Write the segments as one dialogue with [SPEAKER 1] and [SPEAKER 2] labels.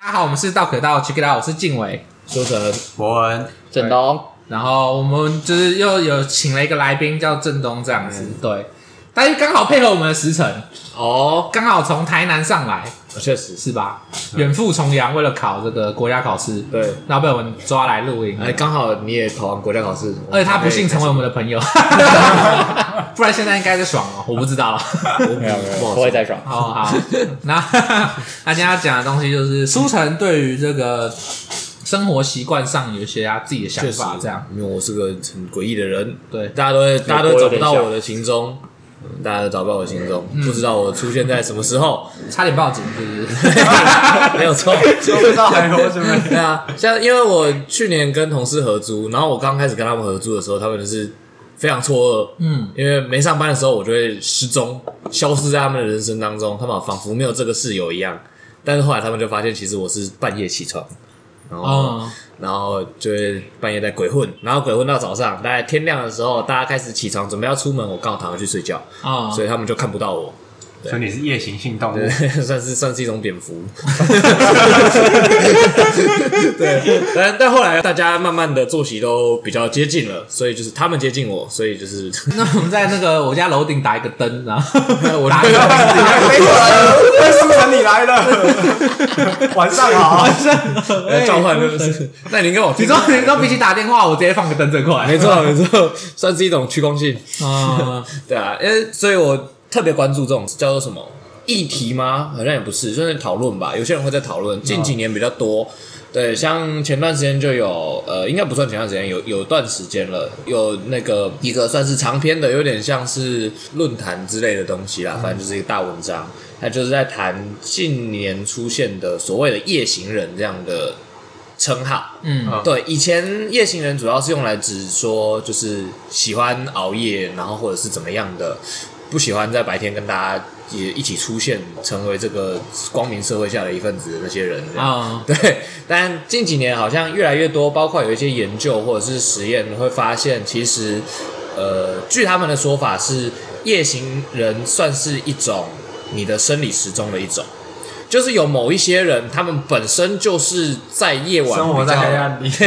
[SPEAKER 1] 家好，我们是道可道 Check It Out，我是静伟。
[SPEAKER 2] 说成
[SPEAKER 3] 伯恩，
[SPEAKER 4] 整东，
[SPEAKER 1] 然后我们就是又有请了一个来宾叫郑东这样子，
[SPEAKER 2] 嗯
[SPEAKER 1] 对，但是刚好配合我们的时辰，
[SPEAKER 2] 哦，
[SPEAKER 1] 刚好从台南上来，
[SPEAKER 2] 确实是
[SPEAKER 1] 是吧？远赴重洋，为了考这个国家考试，
[SPEAKER 2] 对。
[SPEAKER 1] 然后被我们抓来录音，
[SPEAKER 2] 哎，刚好你也考完国家考试，
[SPEAKER 1] 而且他不幸成为我们的朋友，
[SPEAKER 2] 哎
[SPEAKER 1] 不然现在应该是爽了，我不知 道了。
[SPEAKER 2] 哎
[SPEAKER 4] 没有没
[SPEAKER 2] 不哦好
[SPEAKER 4] 有，不会再爽。
[SPEAKER 1] 好好， 那那今天要讲的东西就是苏晨对于这个生活习惯上有一些他自己的想
[SPEAKER 2] 确实
[SPEAKER 1] 法，这样，
[SPEAKER 2] 因为我是个很诡异的人，
[SPEAKER 1] 对
[SPEAKER 2] 大家都会，大家都
[SPEAKER 4] 有
[SPEAKER 2] 找不到
[SPEAKER 4] 点像
[SPEAKER 2] 我的行踪，嗯大家都找不到我的行踪，不知道我出现在什么时候，
[SPEAKER 1] 差点报警是不是？
[SPEAKER 2] 没有错。
[SPEAKER 3] 都不知道还活着没？
[SPEAKER 2] 对啊，像因为我去年跟同事合租，然后我刚开始跟他们合租的时候，他们就是非常错愕，
[SPEAKER 1] 嗯，
[SPEAKER 2] 因为没上班的时候我就会失踪，消失在他们的人生当中，他们仿佛没有这个室友一样。但是后来他们就发现，其实我是半夜起床，然后、
[SPEAKER 1] 哦，
[SPEAKER 2] 然后就会半夜在鬼混，然后鬼混到早上，大概天亮的时候，大家开始起床准备要出门，我刚好躺下去睡觉，
[SPEAKER 1] 啊、
[SPEAKER 2] 所以他们就看不到我，
[SPEAKER 3] 所以你是夜行性动物，
[SPEAKER 2] 算是算是一种蝙蝠。对，但但后来大家慢慢的作息都比较接近了，所以就是他们接近我，所以就是
[SPEAKER 1] 那我们在那个我家楼顶打一个灯，然后
[SPEAKER 2] 我
[SPEAKER 1] 打一个灯自己看
[SPEAKER 3] 没准，苏晨你来了， 晚上好，
[SPEAKER 2] 来召唤，真的是。那哎你跟我
[SPEAKER 1] 你
[SPEAKER 2] 听
[SPEAKER 1] 说你说比起打电话，我直接放个灯最快。
[SPEAKER 2] 没错没错，算是一种趋光性。
[SPEAKER 1] 嗯，
[SPEAKER 2] 对啊，因为所以我特别关注这种叫做什么议题吗？好像也不是，就是讨论吧。有些人会在讨论，近几年比较多。对，像前段时间就有，呃，应该不算前段时间，有有段时间了，有那个一个算是长篇的，有点像是论坛之类的东西啦，反正就是一个大文章，它就是在谈近年出现的所谓的夜行人这样的称号。
[SPEAKER 1] 嗯
[SPEAKER 3] 嗯
[SPEAKER 2] 对，以前夜行人主要是用来指说，就是喜欢熬夜，然后或者是怎么样的，不喜欢在白天跟大家也一起出现，成为这个光明社会下的一份子的那些人。这样
[SPEAKER 1] 啊、
[SPEAKER 2] 对，但近几年好像越来越多，包括有一些研究或者是实验，会发现其实，呃，据他们的说法是，夜行人算是一种你的生理时钟的一种，就是有某一些人，他们本身就是在夜晚
[SPEAKER 3] 生活
[SPEAKER 2] 比较
[SPEAKER 3] 在黑暗里，
[SPEAKER 4] 是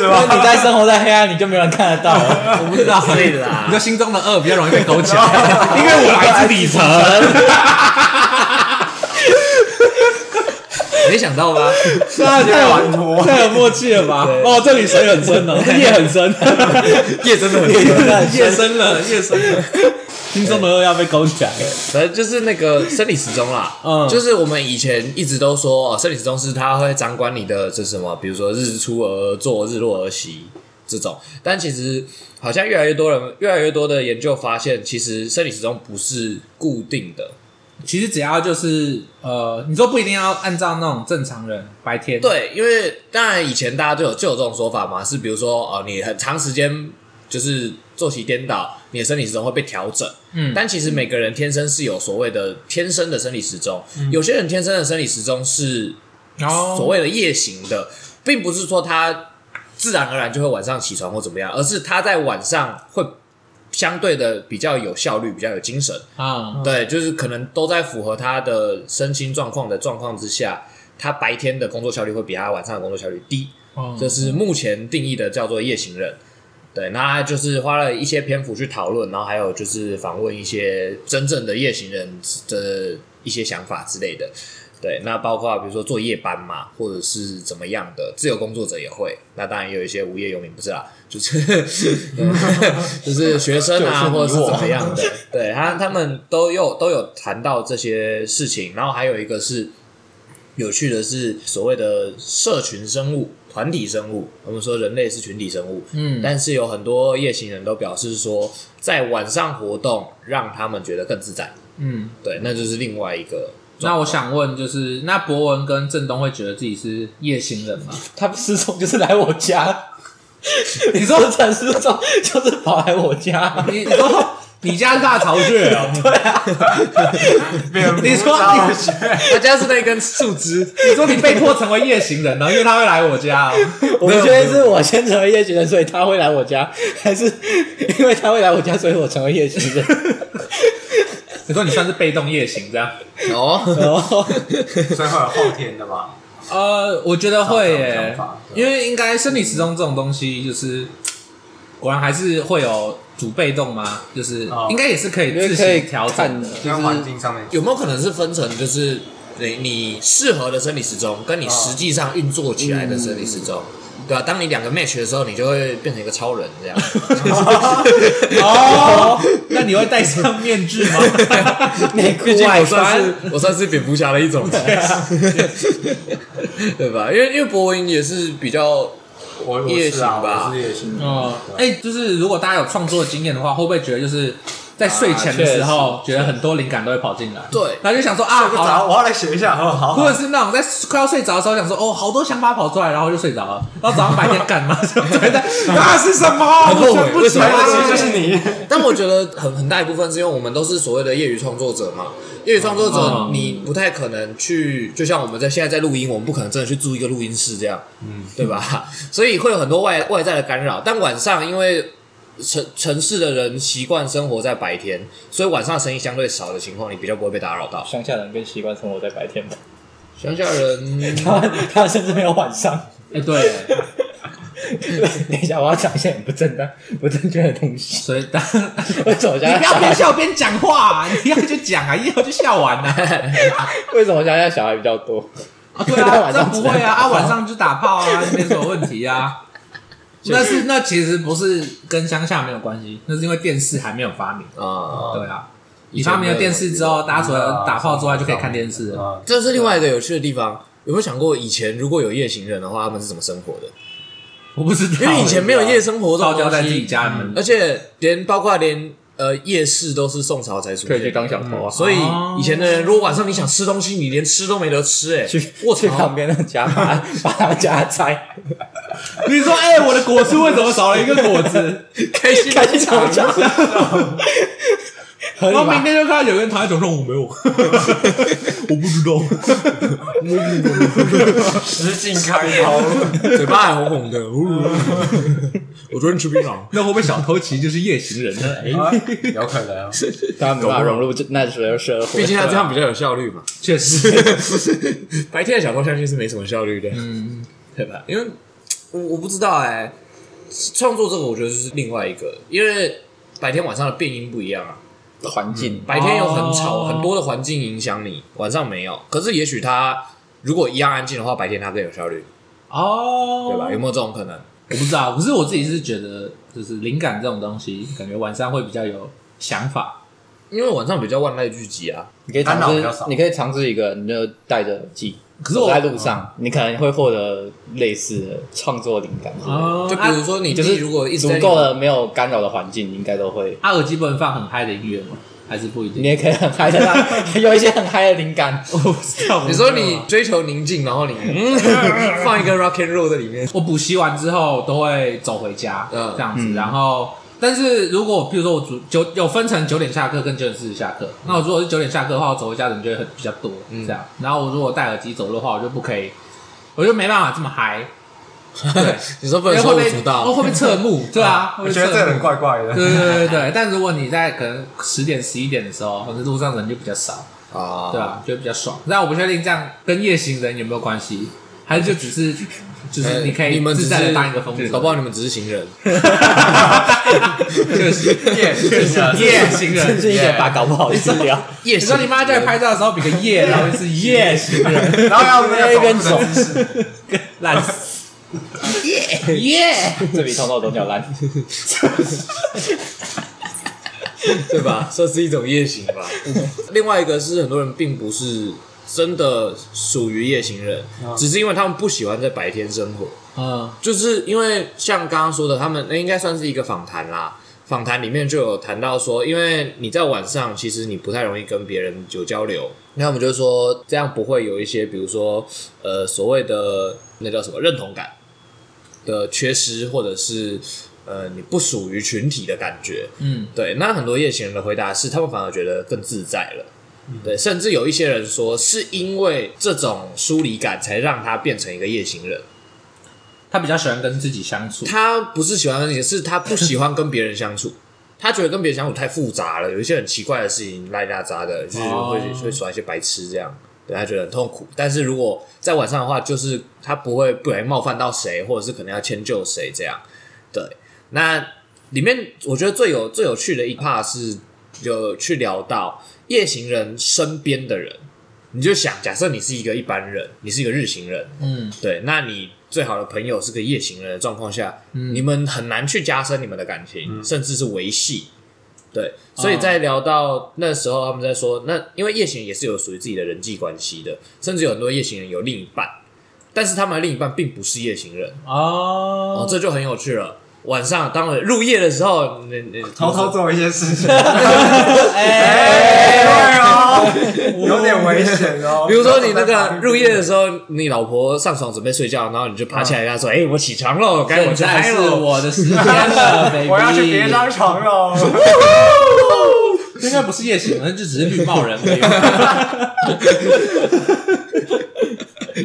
[SPEAKER 4] 吗？ 你在生活在黑暗，你就没有人看得 到了。
[SPEAKER 1] 我不知道，
[SPEAKER 2] 之类的啦
[SPEAKER 1] 你说心中的恶比较容易被勾起来，因为我来自底层。
[SPEAKER 2] 没想到吧？
[SPEAKER 3] 太玩脱，
[SPEAKER 4] 太有默契了吧？
[SPEAKER 2] 对
[SPEAKER 4] 哦，这里水很深哦，夜很 深，
[SPEAKER 2] 夜真的很
[SPEAKER 4] 夜真的很
[SPEAKER 1] 夜
[SPEAKER 4] 深，
[SPEAKER 1] 深了，夜深了。
[SPEAKER 4] 心中的又要被勾起来了。
[SPEAKER 2] 反正就是那个生理时钟啦，
[SPEAKER 4] 嗯
[SPEAKER 2] 就是我们以前一直都说，哦，生理时钟是它会掌管你的这什么，比如说日出而作，日落而息这种。但其实好像越来越多人，越来越多的研究发现，其实生理时钟不是固定的，
[SPEAKER 1] 其实只要就是呃，你说不一定要按照那种正常人白天，
[SPEAKER 2] 对，因为当然以前大家就有就有这种说法嘛，是比如说哦，你很长时间就是作息颠倒，你的生理时钟会被调整。
[SPEAKER 1] 嗯
[SPEAKER 2] 但其实每个人天生是有所谓的天生的生理时钟，有些人天生的生理时钟是
[SPEAKER 1] 然后
[SPEAKER 2] 所谓的夜行的，并不是说他自然而然就会晚上起床或怎么样，而是他在晚上会相对的比较有效率，比较有精神。
[SPEAKER 1] 啊，
[SPEAKER 2] 对，就是可能都在符合他的身心状况的状况之下，他白天的工作效率会比他晚上的工作效率低，
[SPEAKER 1] 嗯
[SPEAKER 2] 这是目前定义的叫做夜行人。对，那就是花了一些篇幅去讨论，然后还有就是访问一些真正的夜行人的一些想法之类的。对，那包括比如说做夜班嘛，或者是怎么样的，自由工作者也会。那当然也有一些无业游民，不是啦，就是 就是学生啊，或者是怎么样的。对他他们都有都有谈到这些事情，然后还有一个是有趣的是所谓的社群生物、团体生物。我们说人类是群体生物，
[SPEAKER 1] 嗯
[SPEAKER 2] 但是有很多夜行人都表示说，在晚上活动让他们觉得更自在。
[SPEAKER 1] 嗯。
[SPEAKER 2] 对，那就是另外一个。
[SPEAKER 1] 那我想问，就是那博文跟郑东会觉得自己是夜行人吗？
[SPEAKER 4] 他失踪就是来我 家，
[SPEAKER 1] 你说
[SPEAKER 4] 陈失踪就是跑来我家，
[SPEAKER 1] 你你说你家是大巢穴哦？
[SPEAKER 4] 啊
[SPEAKER 3] 你
[SPEAKER 1] 你说你
[SPEAKER 2] 他家是那根树枝，
[SPEAKER 1] 你说你被迫成为夜行人呢，啊因为他会来我家、哦。
[SPEAKER 4] 我觉得是我先成为夜行人，所以他会来 我家，还是因为他会来我家，所以我成为夜行人？
[SPEAKER 1] 你说你算是被动夜行这样？
[SPEAKER 2] 哦，
[SPEAKER 4] 哦，
[SPEAKER 3] 所以会有后天的嘛？
[SPEAKER 1] 呃，我觉得会
[SPEAKER 3] 照这种
[SPEAKER 1] 耶
[SPEAKER 3] 想法，对
[SPEAKER 1] 因
[SPEAKER 4] 啊
[SPEAKER 1] 为应该生理时钟这种东西，就是果然还是会有主被动嘛，就是、
[SPEAKER 3] 哦
[SPEAKER 1] 应该也是可以
[SPEAKER 4] 因为
[SPEAKER 1] 自
[SPEAKER 4] 可以
[SPEAKER 1] 行调整
[SPEAKER 4] 看
[SPEAKER 1] 的。
[SPEAKER 3] 就
[SPEAKER 4] 就是
[SPEAKER 3] 环境上面，
[SPEAKER 2] 有没有可能是分成就是你你适合的生理时钟，
[SPEAKER 1] 啊
[SPEAKER 2] 跟你实际上运作起来的生理时钟？
[SPEAKER 1] 嗯
[SPEAKER 2] 对啊，当你两个 match 的时候，你就会变成一个超人 这样。
[SPEAKER 1] 哦， 那你会戴上面具 吗？
[SPEAKER 4] 内裤
[SPEAKER 2] 毕竟
[SPEAKER 4] 外
[SPEAKER 2] 我算
[SPEAKER 4] 翻
[SPEAKER 2] 是，我算是蝙蝠侠的一 种，
[SPEAKER 3] 啊
[SPEAKER 2] 对吧？因为因为博文也是比
[SPEAKER 3] 哦
[SPEAKER 2] 较
[SPEAKER 3] 我我
[SPEAKER 2] 夜
[SPEAKER 3] 是
[SPEAKER 2] 行
[SPEAKER 3] 啊，
[SPEAKER 2] 吧
[SPEAKER 3] 我是夜行。
[SPEAKER 1] 哦，哎、就是如果大家有创作经验的话，会不会觉得就是在睡
[SPEAKER 3] 啊
[SPEAKER 1] 前的时候，觉得很多灵感都会跑进来？
[SPEAKER 2] 对
[SPEAKER 1] 然后就想说啊，
[SPEAKER 3] 睡不
[SPEAKER 1] 好啦
[SPEAKER 3] 着，我要来写一下，好不好？
[SPEAKER 1] 或者是那种在快要睡着的时候，想说哦，好多想法跑出来，然后就睡着了。然后早上白天干嘛？ 就觉 得
[SPEAKER 3] 那是什么？
[SPEAKER 2] 很后悔
[SPEAKER 3] 我想不
[SPEAKER 2] 为什
[SPEAKER 3] 起来
[SPEAKER 2] 么
[SPEAKER 3] 的
[SPEAKER 2] 会
[SPEAKER 3] 东西
[SPEAKER 2] 这样
[SPEAKER 3] 就是你。
[SPEAKER 2] 但我觉得很很大一部分是因为我们都是所谓的业余创作者嘛，业余创作者
[SPEAKER 1] 嗯
[SPEAKER 3] 哦
[SPEAKER 2] 你不太可能去，就像我们在现在在录音，我们不可能真的去租一个录音室这样，嗯，对吧？ 所以会有很多外外在的干扰。但晚上因为城城市的人习惯生活在白天，所以晚上声音相对少的情况，你比较不会被打扰到。
[SPEAKER 4] 乡下人更习惯生活在白天吧，
[SPEAKER 2] 乡下 人
[SPEAKER 4] 他他甚至没有晚上。
[SPEAKER 1] 哎、对，
[SPEAKER 4] 等一下，我要讲一些很不正当、不正确的东 西。
[SPEAKER 1] 所以当
[SPEAKER 4] 为什么我
[SPEAKER 1] 你
[SPEAKER 4] 乡下
[SPEAKER 1] 不要
[SPEAKER 4] 小
[SPEAKER 1] 边
[SPEAKER 4] 孩？
[SPEAKER 1] 笑边讲话、你要就讲啊，一要就笑完了啊。
[SPEAKER 4] 为什么乡下小孩比较多？
[SPEAKER 1] 对啊，这不会啊，啊晚上就打炮啊，没什么问题啊。 那是那其实不是跟乡下没有关系，那是因为电视还没有发明。
[SPEAKER 2] 啊，
[SPEAKER 1] 对啊，你发明了电视之啊后，大家除了打炮之外就可以看电视了。
[SPEAKER 3] 啊，
[SPEAKER 2] 这是另外一个有趣的地方。有没有想过以前如果有夜行人的话，他们是怎么生活的？
[SPEAKER 1] 我不知道，
[SPEAKER 2] 因为以前没有夜生活这
[SPEAKER 1] 倒
[SPEAKER 2] 种
[SPEAKER 1] 吊
[SPEAKER 2] 东
[SPEAKER 1] 在自
[SPEAKER 2] 西
[SPEAKER 1] 己，家的门
[SPEAKER 2] 而且连包括连呃夜市都是宋朝才出
[SPEAKER 4] 可以去
[SPEAKER 2] 现，
[SPEAKER 4] 当小偷啊，
[SPEAKER 2] 所以
[SPEAKER 1] 哦
[SPEAKER 2] 以前的人如果晚上你想吃东西，你连吃都没得吃，哎，
[SPEAKER 4] 去
[SPEAKER 2] 我
[SPEAKER 4] 去旁
[SPEAKER 2] 操，
[SPEAKER 4] 边的家 把把他家拆，
[SPEAKER 1] 你说，哎、我的果蔬为什么少了一个 果子？
[SPEAKER 2] 开心
[SPEAKER 4] 开心厂
[SPEAKER 2] 厂
[SPEAKER 4] 长，合理
[SPEAKER 1] 然后明
[SPEAKER 4] 吧？
[SPEAKER 1] 天就看到有个人躺在床上，我没有，我 不知道。
[SPEAKER 3] 实景开头，
[SPEAKER 2] 嘴巴还红红的。 呜我昨天吃槟榔，
[SPEAKER 1] 那会不会小偷其实就是夜行人呢？哎、
[SPEAKER 3] 啊有可能。
[SPEAKER 4] 他没办法融入这那时候社会，
[SPEAKER 2] 毕竟他这样比较有效率嘛。
[SPEAKER 1] 确实，
[SPEAKER 2] 白天的小偷相信是没什么效率的，
[SPEAKER 1] 嗯，
[SPEAKER 2] 对吧？因为我我不知道哎，创作这个我觉得是另外一个，因为白天晚上的变音不一样啊。
[SPEAKER 4] 环境
[SPEAKER 2] 白天有很吵、
[SPEAKER 1] 哦
[SPEAKER 2] 很多的环境影响你，晚上没有。可是也许他如果一样安静的话，白天他更有效率，
[SPEAKER 1] 哦，
[SPEAKER 2] 对吧？有没有这种可能？
[SPEAKER 1] 我不知道，可是我自己是觉得，就是灵感这种东西，感觉晚上会比较有想法。
[SPEAKER 2] 因为晚上比较万籁俱寂啊，
[SPEAKER 4] 你可以尝
[SPEAKER 3] 干扰比较
[SPEAKER 4] 试
[SPEAKER 3] 少，
[SPEAKER 4] 你可以尝试一个，你就戴着耳机，
[SPEAKER 1] 可是我嗯
[SPEAKER 4] 走在路上，你可能会获得类似的创作灵感之类的。
[SPEAKER 1] 哦，
[SPEAKER 2] 就比如
[SPEAKER 1] 啊，
[SPEAKER 2] 说你
[SPEAKER 4] 就
[SPEAKER 2] 就是是如果一直
[SPEAKER 4] 足
[SPEAKER 2] 在
[SPEAKER 4] 够的没有干扰的环境，应该都会。
[SPEAKER 1] 啊耳机不能放很嗨的音乐吗？还是不一定？
[SPEAKER 4] 你也可以很嗨的啦，有一些很嗨的灵感。
[SPEAKER 1] 我不知道。
[SPEAKER 2] 你说你追求宁静，然后你、
[SPEAKER 4] 嗯
[SPEAKER 2] 放一个 rock and roll 在里面，
[SPEAKER 1] 我补习完之后都会走回家，
[SPEAKER 2] 嗯
[SPEAKER 1] 这样
[SPEAKER 4] 嗯
[SPEAKER 1] 子。然后，但是如果比如说我九九有分成九点下课跟九点四十下课，那我如果是九点下课的话，我走回家的人就会很比较多，
[SPEAKER 2] 嗯
[SPEAKER 1] 这样。然后我如果戴耳机走路的话，我就不可以，我就没办法这么嗨，对，
[SPEAKER 2] 你说不
[SPEAKER 1] 因
[SPEAKER 2] 能
[SPEAKER 1] 为
[SPEAKER 2] 说
[SPEAKER 1] 会
[SPEAKER 2] 我
[SPEAKER 1] 被哦
[SPEAKER 2] 主
[SPEAKER 1] 会
[SPEAKER 2] 导，
[SPEAKER 1] 会被侧目， 对啊，会
[SPEAKER 3] 我
[SPEAKER 1] 被
[SPEAKER 3] 觉得
[SPEAKER 1] 侧
[SPEAKER 3] 这
[SPEAKER 1] 目
[SPEAKER 3] 人怪怪的。
[SPEAKER 1] 对对对对，但如果你在可能十点十一点的时候，或者路上人就比较少，
[SPEAKER 2] 啊，
[SPEAKER 1] 对吧、啊？就会比较爽。但我不确定这样跟夜行人有没有关系，还是就只是 就是
[SPEAKER 2] 呃
[SPEAKER 1] 你可以
[SPEAKER 2] 你们只
[SPEAKER 1] 自在的
[SPEAKER 2] 是
[SPEAKER 1] 当一个疯子，
[SPEAKER 2] 搞不好你们只是 行人，
[SPEAKER 1] 确实，
[SPEAKER 3] 夜行啊
[SPEAKER 1] 夜行
[SPEAKER 4] 甚
[SPEAKER 1] 人。
[SPEAKER 4] 至一个把搞不好治掉，
[SPEAKER 2] 夜
[SPEAKER 1] 你说 你妈叫你拍照的时候比个夜，然后就是夜行人，
[SPEAKER 3] 然后要那个边走，
[SPEAKER 1] 烂死。耶耶！
[SPEAKER 4] 这比通透都叫烂。
[SPEAKER 2] 对吧？这是一种夜行吧。嗯另外一个是很多人并不是真的属于夜行人，
[SPEAKER 1] 啊
[SPEAKER 2] 只是因为他们不喜欢在白天生活，
[SPEAKER 1] 嗯，
[SPEAKER 2] 就是因为像刚刚说的，他们那应该算是一个访谈啦。访谈里面就有谈到说，因为你在晚上其实你不太容易跟别人有交流，那我们就说这样不会有一些，比如说呃所谓的那叫什么认同感的缺失，或者是呃你不属于群体的感觉。
[SPEAKER 1] 嗯，
[SPEAKER 2] 对，那很多夜行人的回答是，他们反而觉得更自在了。对，甚至有一些人说，是因为这种疏离感才让他变成一个夜行人。
[SPEAKER 1] 他比较喜欢跟自己相处。
[SPEAKER 2] 他不是喜欢跟你，是他不喜欢跟别人相处。他觉得跟别人相处太复杂了，有一些很奇怪的事情拉里拉杂的，就是
[SPEAKER 1] 哦
[SPEAKER 2] 会、会耍一些白痴这样，对他觉得很痛苦。但是如果在晚上的话，就是他不会不小心冒犯到谁，或者是可能要迁就谁这样。对，那里面我觉得最有最有趣的一 part 是有去聊到夜行人身边的人，你就想，假设你是一个一般人，你是一个日行人，
[SPEAKER 1] 嗯，
[SPEAKER 2] 对，那你最好的朋友是个夜行人的状况下，
[SPEAKER 1] 嗯
[SPEAKER 2] 你们很难去加深你们的感情，甚至是维系。对，
[SPEAKER 1] 啊
[SPEAKER 2] 所以在聊到那时候，他们在说，那因为夜行人也是有属于自己的人际关系的，甚至有很多夜行人有另一半，但是他们的另一半并不是夜行人，
[SPEAKER 1] 啊
[SPEAKER 2] 哦，
[SPEAKER 1] 哦，
[SPEAKER 2] 这就很有趣了。晚上当然入夜的时候，你你
[SPEAKER 3] 偷偷做一些事情，
[SPEAKER 1] 哎，
[SPEAKER 3] 对哦，有点危险哦。
[SPEAKER 2] 比如说你那个入夜的时候，你老婆上床准备睡觉，然后你就爬起来跟她说：“哎、我起床喽，该我
[SPEAKER 1] 现
[SPEAKER 2] 去
[SPEAKER 1] 在
[SPEAKER 2] 嗨
[SPEAKER 1] 是
[SPEAKER 2] 喽。
[SPEAKER 1] 哎我的时间 了，baby，
[SPEAKER 3] 我要去别张床哦喽。
[SPEAKER 1] 应该不是夜行，那就只是绿帽人而已，”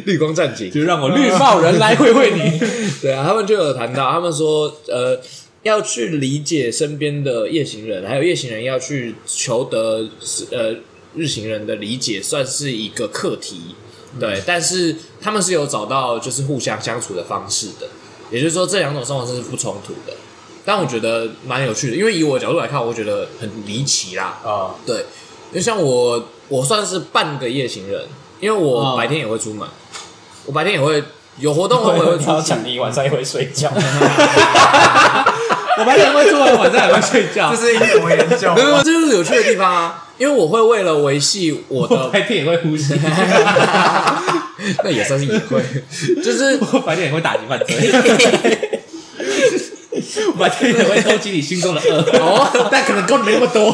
[SPEAKER 2] 绿光战警，
[SPEAKER 1] 就让我绿帽人来会会你。
[SPEAKER 2] 对啊，他们就有谈到，他们说，呃，要去理解身边的夜行人，还有夜行人要去求得呃日行人的理解，算是一个课题。对，但是他们是有找到就是互相相处的方式的，也就是说这两种生活方式是不冲突的。但我觉得蛮有趣的，因为以我的角度来看，我觉得很离奇啦。
[SPEAKER 3] 啊，
[SPEAKER 2] 对，就像我，我算是半个夜行人，因为我
[SPEAKER 1] 哦
[SPEAKER 2] 白天也会出门，我白天也会有活动，我也会出
[SPEAKER 4] 然后
[SPEAKER 2] 去。
[SPEAKER 4] 讲你晚上也会睡觉，
[SPEAKER 1] 我白天会做完，晚上也会睡觉
[SPEAKER 3] 这。是英国研 究
[SPEAKER 2] 没有，没有，这就是有趣的地方啊！因为我会为了维系我
[SPEAKER 1] 我
[SPEAKER 2] 的，
[SPEAKER 1] 白天也会呼吸，
[SPEAKER 2] 那也算是隐晦，就是
[SPEAKER 1] 我白天也会打击犯 罪，我白天也会勾起你心中的恶，
[SPEAKER 2] 哦，
[SPEAKER 1] 但可能勾的没那么多，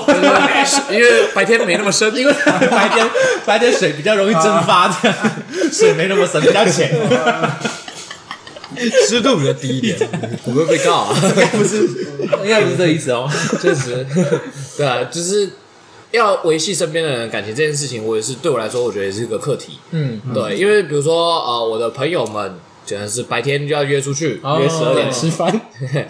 [SPEAKER 2] 因为白天没那么深，因为
[SPEAKER 1] 白天白天水比较容易蒸发，这样
[SPEAKER 4] 啊
[SPEAKER 1] 水没那么深，比较浅。
[SPEAKER 4] 哦
[SPEAKER 2] 湿度比较低一点，我会被告啊。
[SPEAKER 1] 不是， 应该不是这意思哦。
[SPEAKER 2] 确实， 对啊，就是要维系身边的人的感情这件事情，我也是对我来说，我觉得也是一个课题。
[SPEAKER 1] 嗯，
[SPEAKER 2] 对，因为比如说呃，我的朋友们。可能是白天就要约出去，
[SPEAKER 1] 哦
[SPEAKER 4] 约十二点吃饭，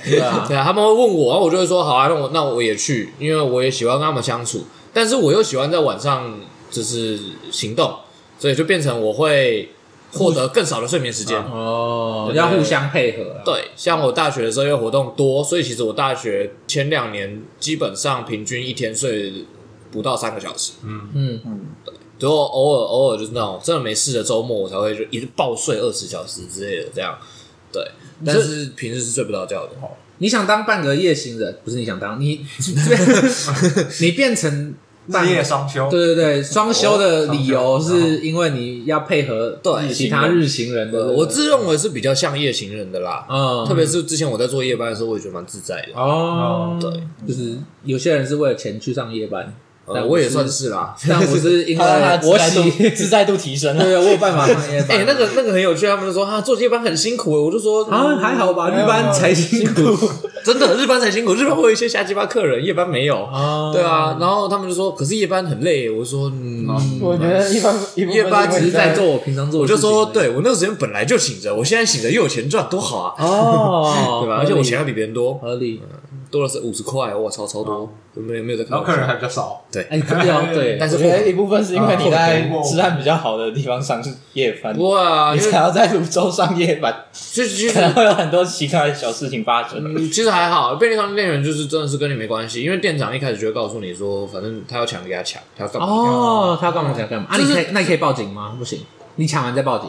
[SPEAKER 2] 对啊， 对啊，他们会问我，然后我就会说好啊，那我那我也去，因为我也喜欢跟他们相处，但是我又喜欢在晚上就是行动，所以就变成我会获得更少的睡眠时间。
[SPEAKER 1] 哦，要互相配合啊。
[SPEAKER 2] 对，像我大学的时候，因为活动多，所以其实我大学前两年基本上平均一天睡不到三个小时，
[SPEAKER 1] 嗯，
[SPEAKER 2] 只有偶尔偶尔就是那种真的没事的周末，我才会就一直暴睡二十小时之类的这样。对，但是哦平时是睡不到觉的。
[SPEAKER 1] 你想当半个夜行人，不是你想当，你 你变成半
[SPEAKER 3] 日夜双修，
[SPEAKER 1] 对对对，双休的理由是因为你要配合
[SPEAKER 2] 对
[SPEAKER 1] 其他日行人的，
[SPEAKER 2] 呃，我自认为是比较像夜行人的啦，
[SPEAKER 1] 嗯
[SPEAKER 2] 特别是之前我在做夜班的时候，我也觉得蛮自在的。
[SPEAKER 1] 哦，
[SPEAKER 2] 对，
[SPEAKER 1] 就是有些人是为了钱去上夜班，
[SPEAKER 2] 呃
[SPEAKER 1] 但
[SPEAKER 2] 我也
[SPEAKER 1] 是
[SPEAKER 2] 算，是啦。
[SPEAKER 1] 但我是因为
[SPEAKER 4] 他
[SPEAKER 1] 我
[SPEAKER 4] 他自在度
[SPEAKER 1] 喜，
[SPEAKER 4] 自在度提升了。
[SPEAKER 1] 对，我有办法上夜班。啊
[SPEAKER 2] 哎，那个那个很有趣，他们就说啊，做夜班很辛苦欸，我就说
[SPEAKER 1] 啊，
[SPEAKER 2] 嗯
[SPEAKER 1] 还好吧，日班才辛 苦
[SPEAKER 2] 真的日班才辛苦，日班会有一些瞎鸡巴客人，夜班没有。
[SPEAKER 1] 啊
[SPEAKER 2] 对，啊，然后他们就说，可是夜班很累欸，我就说嗯。
[SPEAKER 4] 我觉得一般一部分
[SPEAKER 2] 夜班
[SPEAKER 1] 只是在做我平常做
[SPEAKER 2] 我
[SPEAKER 1] 的
[SPEAKER 2] 就
[SPEAKER 1] 事情而已，
[SPEAKER 2] 说，对我那个时间本来就醒着，我现在醒着又有钱赚，多好啊，
[SPEAKER 1] 哦，
[SPEAKER 2] 对吧？而且我钱还比别人多，嗯
[SPEAKER 1] 合理，啊
[SPEAKER 2] 多了是五十块，哇，超超多，没有没有在开
[SPEAKER 3] 然
[SPEAKER 2] 玩笑
[SPEAKER 3] 后客人还比较少，
[SPEAKER 1] 哎，真的哦对，
[SPEAKER 2] 但是
[SPEAKER 4] 我觉得一部分是因为你在
[SPEAKER 3] 啊我
[SPEAKER 4] 治安比较好的地方上是夜班，
[SPEAKER 2] 不会啊，
[SPEAKER 4] 你
[SPEAKER 2] 因为
[SPEAKER 4] 想要在泸州上夜班，
[SPEAKER 2] 就 就
[SPEAKER 4] 可能会有很多奇怪的小事情发生。
[SPEAKER 2] 嗯，其实还好，便利商店店员就是真的是跟你没关系，因为店长一开始就会告诉你说，反正他要抢给他抢，他要干嘛？
[SPEAKER 1] 哦，他要干嘛想干嘛？啊，
[SPEAKER 2] 就
[SPEAKER 1] 你
[SPEAKER 2] 是
[SPEAKER 1] 可以，那你可以报警吗？不行，你抢完再报警。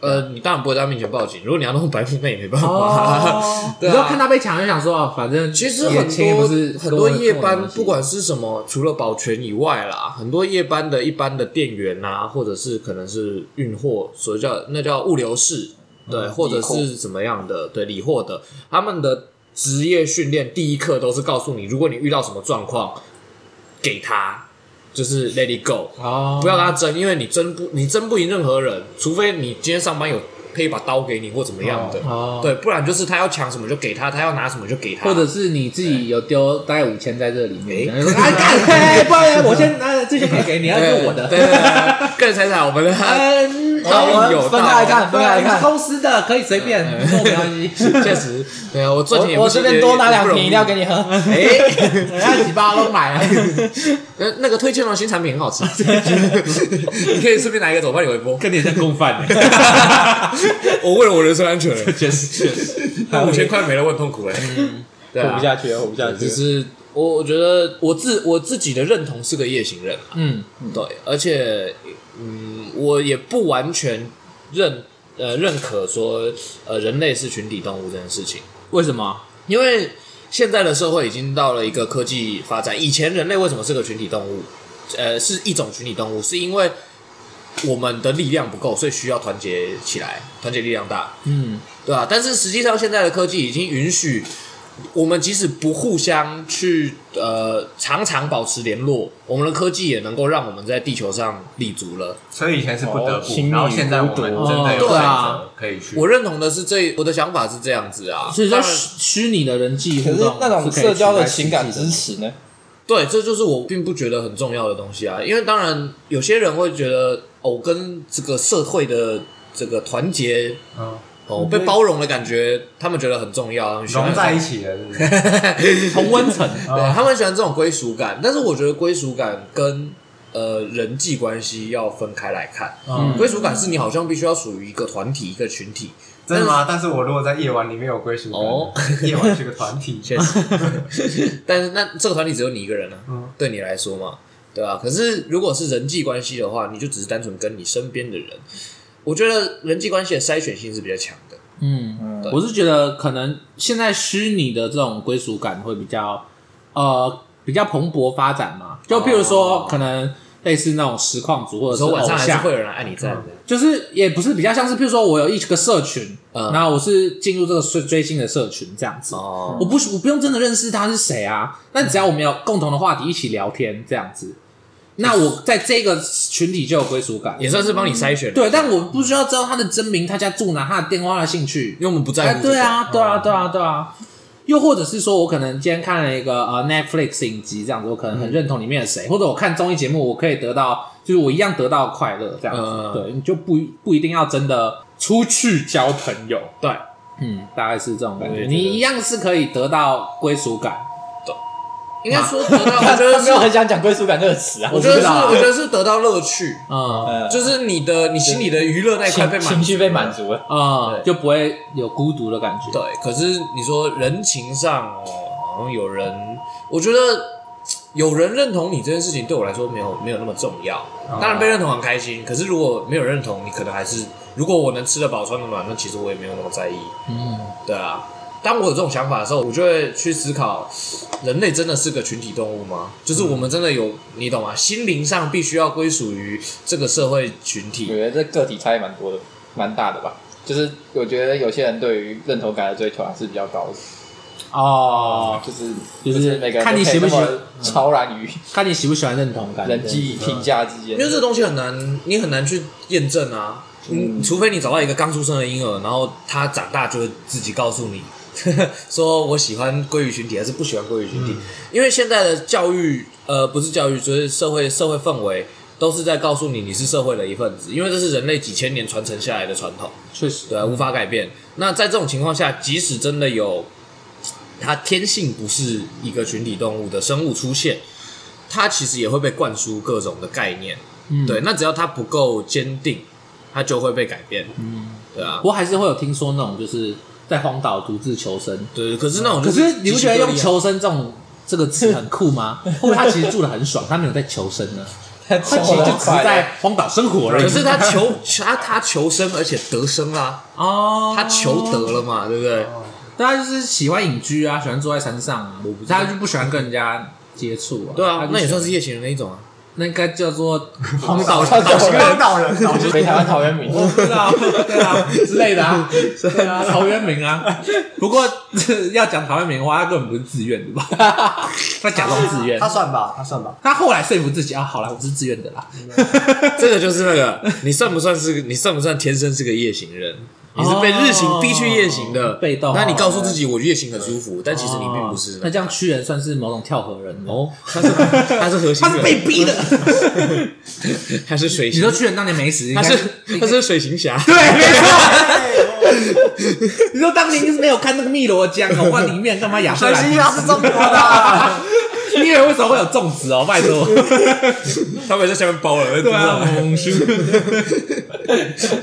[SPEAKER 2] 呃，你当然不会在他面前报警，如果你要弄白目，那也没办法。
[SPEAKER 1] 哦，你
[SPEAKER 2] 对啊
[SPEAKER 1] 知道看到被抢就想说，哦反正
[SPEAKER 2] 其实
[SPEAKER 1] 也
[SPEAKER 2] 很
[SPEAKER 1] 钱也
[SPEAKER 2] 多
[SPEAKER 1] 不是
[SPEAKER 2] 很多夜
[SPEAKER 1] 跟我
[SPEAKER 2] 班
[SPEAKER 1] 有，
[SPEAKER 2] 不管是什么，除了保全以外啦，很多夜班的一般的店员啊，或者是可能是运货，所以叫那叫物流室，对，
[SPEAKER 1] 嗯
[SPEAKER 2] 或者是怎么样的，对，理货的，他们的职业训练第一课都是告诉你，如果你遇到什么状况，给他就是 let it go，
[SPEAKER 1] 哦，
[SPEAKER 2] 不要跟他争，因为你争不你争不赢任何人，除非你今天上班有配一把刀给你或怎么样的，
[SPEAKER 1] 哦
[SPEAKER 2] 对，不然就是他要抢什么就给他，他要拿什么就给他，
[SPEAKER 1] 或者是你自己有丢大概五千在这里面，
[SPEAKER 2] 哎
[SPEAKER 1] 然后就说哎干，嘿不然我先拿这些可以给你，要
[SPEAKER 2] 对
[SPEAKER 1] 是我的。
[SPEAKER 4] 哎
[SPEAKER 2] 对对对，对个人财产我们的。
[SPEAKER 1] 嗯，好
[SPEAKER 2] 有道理
[SPEAKER 4] 分开来看，分开来看。
[SPEAKER 1] 偷吃的可以随便，跟我没关系。
[SPEAKER 2] 确实，对啊，我最近也
[SPEAKER 4] 我
[SPEAKER 2] 不
[SPEAKER 4] 我
[SPEAKER 2] 是
[SPEAKER 4] 这边多拿两瓶饮料
[SPEAKER 2] 你。
[SPEAKER 4] 给你喝。
[SPEAKER 2] 哎，
[SPEAKER 1] 人家几巴 弄来了，
[SPEAKER 2] 呃那个推荐的新产品很好吃，啊你可以顺便拿一个走，帮你微波。
[SPEAKER 1] 跟你很像共犯，欸
[SPEAKER 2] 我为了我人身安全 了，
[SPEAKER 1] 确实确实。
[SPEAKER 2] 那五千块没了，我很痛苦哎。
[SPEAKER 4] 嗯
[SPEAKER 2] 对
[SPEAKER 4] 活
[SPEAKER 2] 啊
[SPEAKER 4] 不，下去了，活不下去
[SPEAKER 2] 只
[SPEAKER 4] 了。
[SPEAKER 2] 是我我觉得我自我自己的认同是个夜行人嘛，
[SPEAKER 1] 嗯，
[SPEAKER 2] 对，而且嗯，我也不完全认呃认可说呃人类是群体动物这件事情，
[SPEAKER 1] 为什么？
[SPEAKER 2] 因为现在的社会已经到了一个科技发展，以前人类为什么是个群体动物？呃，是一种群体动物，是因为我们的力量不够，所以需要团结起来，团结力量大。
[SPEAKER 1] 嗯，
[SPEAKER 2] 对啊，但是实际上，现在的科技已经允许我们，即使不互相去呃常常保持联络，我们的科技也能够让我们在地球上立足了。
[SPEAKER 3] 所以以前是不得
[SPEAKER 4] 哦亲
[SPEAKER 3] 不，
[SPEAKER 4] 密
[SPEAKER 3] 然后现在我们
[SPEAKER 4] 孤独
[SPEAKER 3] 真的有
[SPEAKER 2] 哦
[SPEAKER 3] 选
[SPEAKER 2] 对
[SPEAKER 1] 啊
[SPEAKER 3] 择可以去。
[SPEAKER 2] 我认同的是这，我的想法是这样子啊。
[SPEAKER 1] 所以说
[SPEAKER 2] 当然
[SPEAKER 1] 虚虚 拟的人际
[SPEAKER 4] 可
[SPEAKER 1] 互
[SPEAKER 4] 是
[SPEAKER 1] 动，
[SPEAKER 4] 那种社交的情感支持呢？
[SPEAKER 2] 对，这就是我并不觉得很重要的东西啊。因为当然有些人会觉得，哦，跟这个社会的这个团结，
[SPEAKER 3] 嗯
[SPEAKER 2] 哦，被包容的感觉，他们觉得很重要，他们喜欢
[SPEAKER 3] 融在一嗯起了，是 不是
[SPEAKER 1] 同温层，
[SPEAKER 2] 对，他们喜欢这种归属感，但是我觉得归属感跟呃人际关系要分开来看。
[SPEAKER 1] 嗯
[SPEAKER 2] 归属感是你好像必须要属于一个团体、一个群体。
[SPEAKER 3] 真的吗？但是我如果在夜晚里面有归属
[SPEAKER 2] 哦
[SPEAKER 3] 感，夜晚是个团体，
[SPEAKER 2] 确实，但是那这个团体只有你一个人啊，
[SPEAKER 3] 嗯
[SPEAKER 2] 对你来说嘛，对吧、可是如果是人际关系的话，你就只是单纯跟你身边的人，我觉得人际关系的筛选性是比较强的。
[SPEAKER 1] 嗯。
[SPEAKER 4] 嗯，
[SPEAKER 1] 我是觉得可能现在虚拟的这种归属感会比较呃比较蓬勃发展嘛，就譬如说、
[SPEAKER 2] 哦
[SPEAKER 1] 可能类似那种实况组或
[SPEAKER 2] 有
[SPEAKER 1] 者
[SPEAKER 2] 时
[SPEAKER 1] 是
[SPEAKER 2] 候晚
[SPEAKER 1] 偶
[SPEAKER 2] 上还是
[SPEAKER 1] 像
[SPEAKER 2] 会，有人来按你赞的，
[SPEAKER 1] 就是也不是比较像是譬如说我有一个社群，
[SPEAKER 2] 嗯
[SPEAKER 1] 然后我是进入这个追追星的社群这样子。
[SPEAKER 2] 哦
[SPEAKER 1] 啊我不是我不用真的认识他是谁啊，但只要我们有共同的话题，一起聊天这样子，那我在这个群体就有归属感。
[SPEAKER 2] 嗯也算是帮你筛选。
[SPEAKER 1] 对，但我不需要知道他的真名、他家住哪、他的电话、他的兴趣
[SPEAKER 2] 因，为我们不在
[SPEAKER 1] 哎，
[SPEAKER 2] 乎、嗯
[SPEAKER 1] 对，啊，对啊，对啊，对啊。又或者是说，我可能今天看了一个呃 Netflix 影集，这样子，我可能很
[SPEAKER 2] 嗯
[SPEAKER 1] 认同里面的谁，或者我看综艺节目，我可以得到，就是我一样得到快乐，这样子。
[SPEAKER 2] 嗯
[SPEAKER 1] 对，你就不不一定要真的出去交朋友，
[SPEAKER 2] 对，
[SPEAKER 1] 嗯，大概是这种感
[SPEAKER 2] 我也
[SPEAKER 1] 觉。
[SPEAKER 2] 觉得
[SPEAKER 1] 你一样是可以得到归属感，
[SPEAKER 2] 应该说得 到，我觉得
[SPEAKER 4] 他没
[SPEAKER 2] 是
[SPEAKER 4] 有很 想讲归属感这个词啊。
[SPEAKER 2] 我觉得是，我觉得是得到乐趣，
[SPEAKER 1] 嗯
[SPEAKER 4] 呃
[SPEAKER 2] 就是你的你心里的娱乐那一块
[SPEAKER 4] 情
[SPEAKER 2] 被满足
[SPEAKER 4] 情绪被满足了。
[SPEAKER 1] 嗯，
[SPEAKER 2] 对
[SPEAKER 1] 就不会有孤独的感觉。
[SPEAKER 2] 对，可是你说人情上哦，好像有人，我觉得嘖有人认同你这件事情对我来说没有没有那么重要。当然被认同很开心，可是如果没有认同，你可能还是如果我能吃得饱穿得暖，那其实我也没有那么在意。
[SPEAKER 1] 嗯，
[SPEAKER 2] 对啊，当我有这种想法的时候，我就会去思考，人类真的是个群体动物吗？就是我们真的有，你懂吗？心灵上必须要归属于这个社会群
[SPEAKER 4] 我
[SPEAKER 2] 体。
[SPEAKER 4] 觉得这个体差异蛮多的，蛮大的吧。就是我觉得有些人对于认同感的追求还是比较高的，
[SPEAKER 1] 哦，
[SPEAKER 4] 就是
[SPEAKER 1] 就是
[SPEAKER 4] 不每个人
[SPEAKER 1] 看你
[SPEAKER 4] 都可以
[SPEAKER 1] 喜不喜
[SPEAKER 4] 那么超然于
[SPEAKER 1] 看你喜不喜欢认同感。
[SPEAKER 4] 人际评价之间
[SPEAKER 2] 因为。这个东西很难，你很难去验证啊。嗯，除非你找到一个刚出生的婴儿，然后他长大就会自己告诉你， 说我喜欢鲑鱼群体还是不喜欢鲑鱼群体。因为现在的教育，呃，不是教育，就是社会社会氛围，都是在告诉你你是社会的一份子，因为这是人类几千年传承下来的传统。
[SPEAKER 1] 确实，
[SPEAKER 2] 对啊，无法改变。那在这种情况下，即使真的有它天性不是一个群体动物的生物出现，它其实也会被灌输各种的概念。
[SPEAKER 1] 嗯
[SPEAKER 2] 对，那只要它不够坚定，它就会被改变。嗯，对啊
[SPEAKER 1] 不，过还是会有听说那种就是在荒岛独自求生，
[SPEAKER 2] 对。可是那种
[SPEAKER 1] 可
[SPEAKER 2] 就是
[SPEAKER 1] 你不觉得用“
[SPEAKER 2] 极其
[SPEAKER 1] 求生”这种这个词很酷吗？会不会他其实住的很爽，他没有在求生呢？
[SPEAKER 4] 他
[SPEAKER 1] 他其实就只是在荒岛生活
[SPEAKER 2] 多
[SPEAKER 1] 而
[SPEAKER 2] 利
[SPEAKER 1] 已。
[SPEAKER 2] 啊可是他 求他他求生，而且得生啦、
[SPEAKER 1] 哦，
[SPEAKER 2] 他求得，了嘛，对不对？
[SPEAKER 1] 对他就是喜欢隐居啊，喜欢住在山上啊，我不他就不喜欢跟人家接触啊。
[SPEAKER 2] 对啊
[SPEAKER 1] 他，就
[SPEAKER 2] 那也
[SPEAKER 1] 喜欢
[SPEAKER 2] 算是夜行人的一种啊。
[SPEAKER 1] 那应该叫做
[SPEAKER 4] 荒
[SPEAKER 2] 岛
[SPEAKER 4] 上
[SPEAKER 2] 岛
[SPEAKER 3] 是个岛人，岛
[SPEAKER 4] 北台湾陶渊明，
[SPEAKER 1] 我知道， 对啊之类的 啊，对啊，陶渊明 啊。不过要讲陶渊明的话，他根本不是自愿 的吧？他假装自愿
[SPEAKER 3] 他，算吧，他算吧。
[SPEAKER 1] 他后来说服自己啊，好了，我是自愿的啦。
[SPEAKER 2] 这个就是那个，你算不算是你算不算天生是个夜行人？你是被日行逼去夜行
[SPEAKER 1] 哦
[SPEAKER 2] 的，
[SPEAKER 1] 被动
[SPEAKER 2] 那你告诉自己我夜行很舒服，但其实你并不
[SPEAKER 1] 哦
[SPEAKER 2] 是。
[SPEAKER 1] 那这样屈原算是某种跳河人哦。
[SPEAKER 2] 哦，他是他是核心，
[SPEAKER 1] 他是被逼的。
[SPEAKER 2] 他是水
[SPEAKER 1] 你
[SPEAKER 2] 行
[SPEAKER 1] 说，屈原当年没死，
[SPEAKER 2] 他
[SPEAKER 1] 你看
[SPEAKER 2] 是他是水行侠，
[SPEAKER 1] 对，没错。你说当年就是没有看那个汨罗江哦，哇，里面干嘛亚瑟
[SPEAKER 3] 水
[SPEAKER 1] 兰
[SPEAKER 3] 星？ 侠是中国的，
[SPEAKER 1] 你以为为什么会有粽子哦？拜托，
[SPEAKER 2] 他们在下面包了，对
[SPEAKER 1] 啊，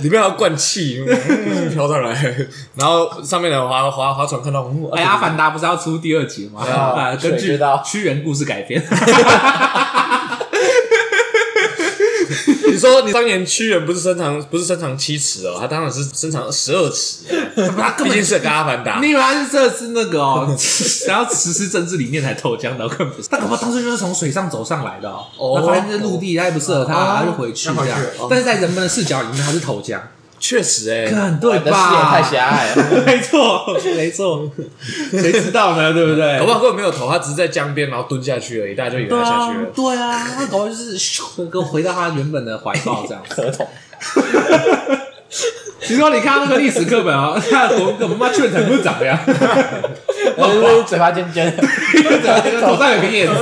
[SPEAKER 2] 里面还要灌气，嗯飘上来，然后上面的划划划船看到，嗯
[SPEAKER 1] 哎，阿凡达不是要出第二集吗？啊，根
[SPEAKER 4] 谁
[SPEAKER 1] 据
[SPEAKER 4] 知道
[SPEAKER 1] 屈原故事改 编。哦
[SPEAKER 2] 你说你当年屈原不是身长不是身长七尺哦，他当然是身长十二尺，
[SPEAKER 1] 他根
[SPEAKER 2] 毕
[SPEAKER 1] 本
[SPEAKER 2] 竟是个阿凡 达
[SPEAKER 1] 你。以为他是这是那个哦， 想要实施政治理念才投江的，根本不是。他搞不好当初就是从水上走上来的哦，
[SPEAKER 2] 哦
[SPEAKER 1] 他发现这陆地太不适合他，他就回去
[SPEAKER 3] 他
[SPEAKER 1] 这
[SPEAKER 3] 回去
[SPEAKER 1] 样
[SPEAKER 3] 哦。
[SPEAKER 1] 但是在人们的视角里面，他是投江，
[SPEAKER 2] 确实哎、
[SPEAKER 1] 看对
[SPEAKER 4] 你的视野
[SPEAKER 1] 吧？
[SPEAKER 4] 太狭隘了。
[SPEAKER 1] 没错，没错，谁知道呢？对不对？
[SPEAKER 2] 搞不好根本没有头，他只是在江边然后蹲下去而已，大家就以为
[SPEAKER 1] 对
[SPEAKER 2] 他下
[SPEAKER 1] 啊
[SPEAKER 2] 去了，。
[SPEAKER 1] 对啊，他搞不好就是咻跟回到他原本的怀抱 这样。
[SPEAKER 4] 合同
[SPEAKER 1] 你说你看那个历史课本啊， 那我我们妈去成不是长这样，
[SPEAKER 4] 呃嘴巴尖 尖的，
[SPEAKER 1] 头上啊有个叶子。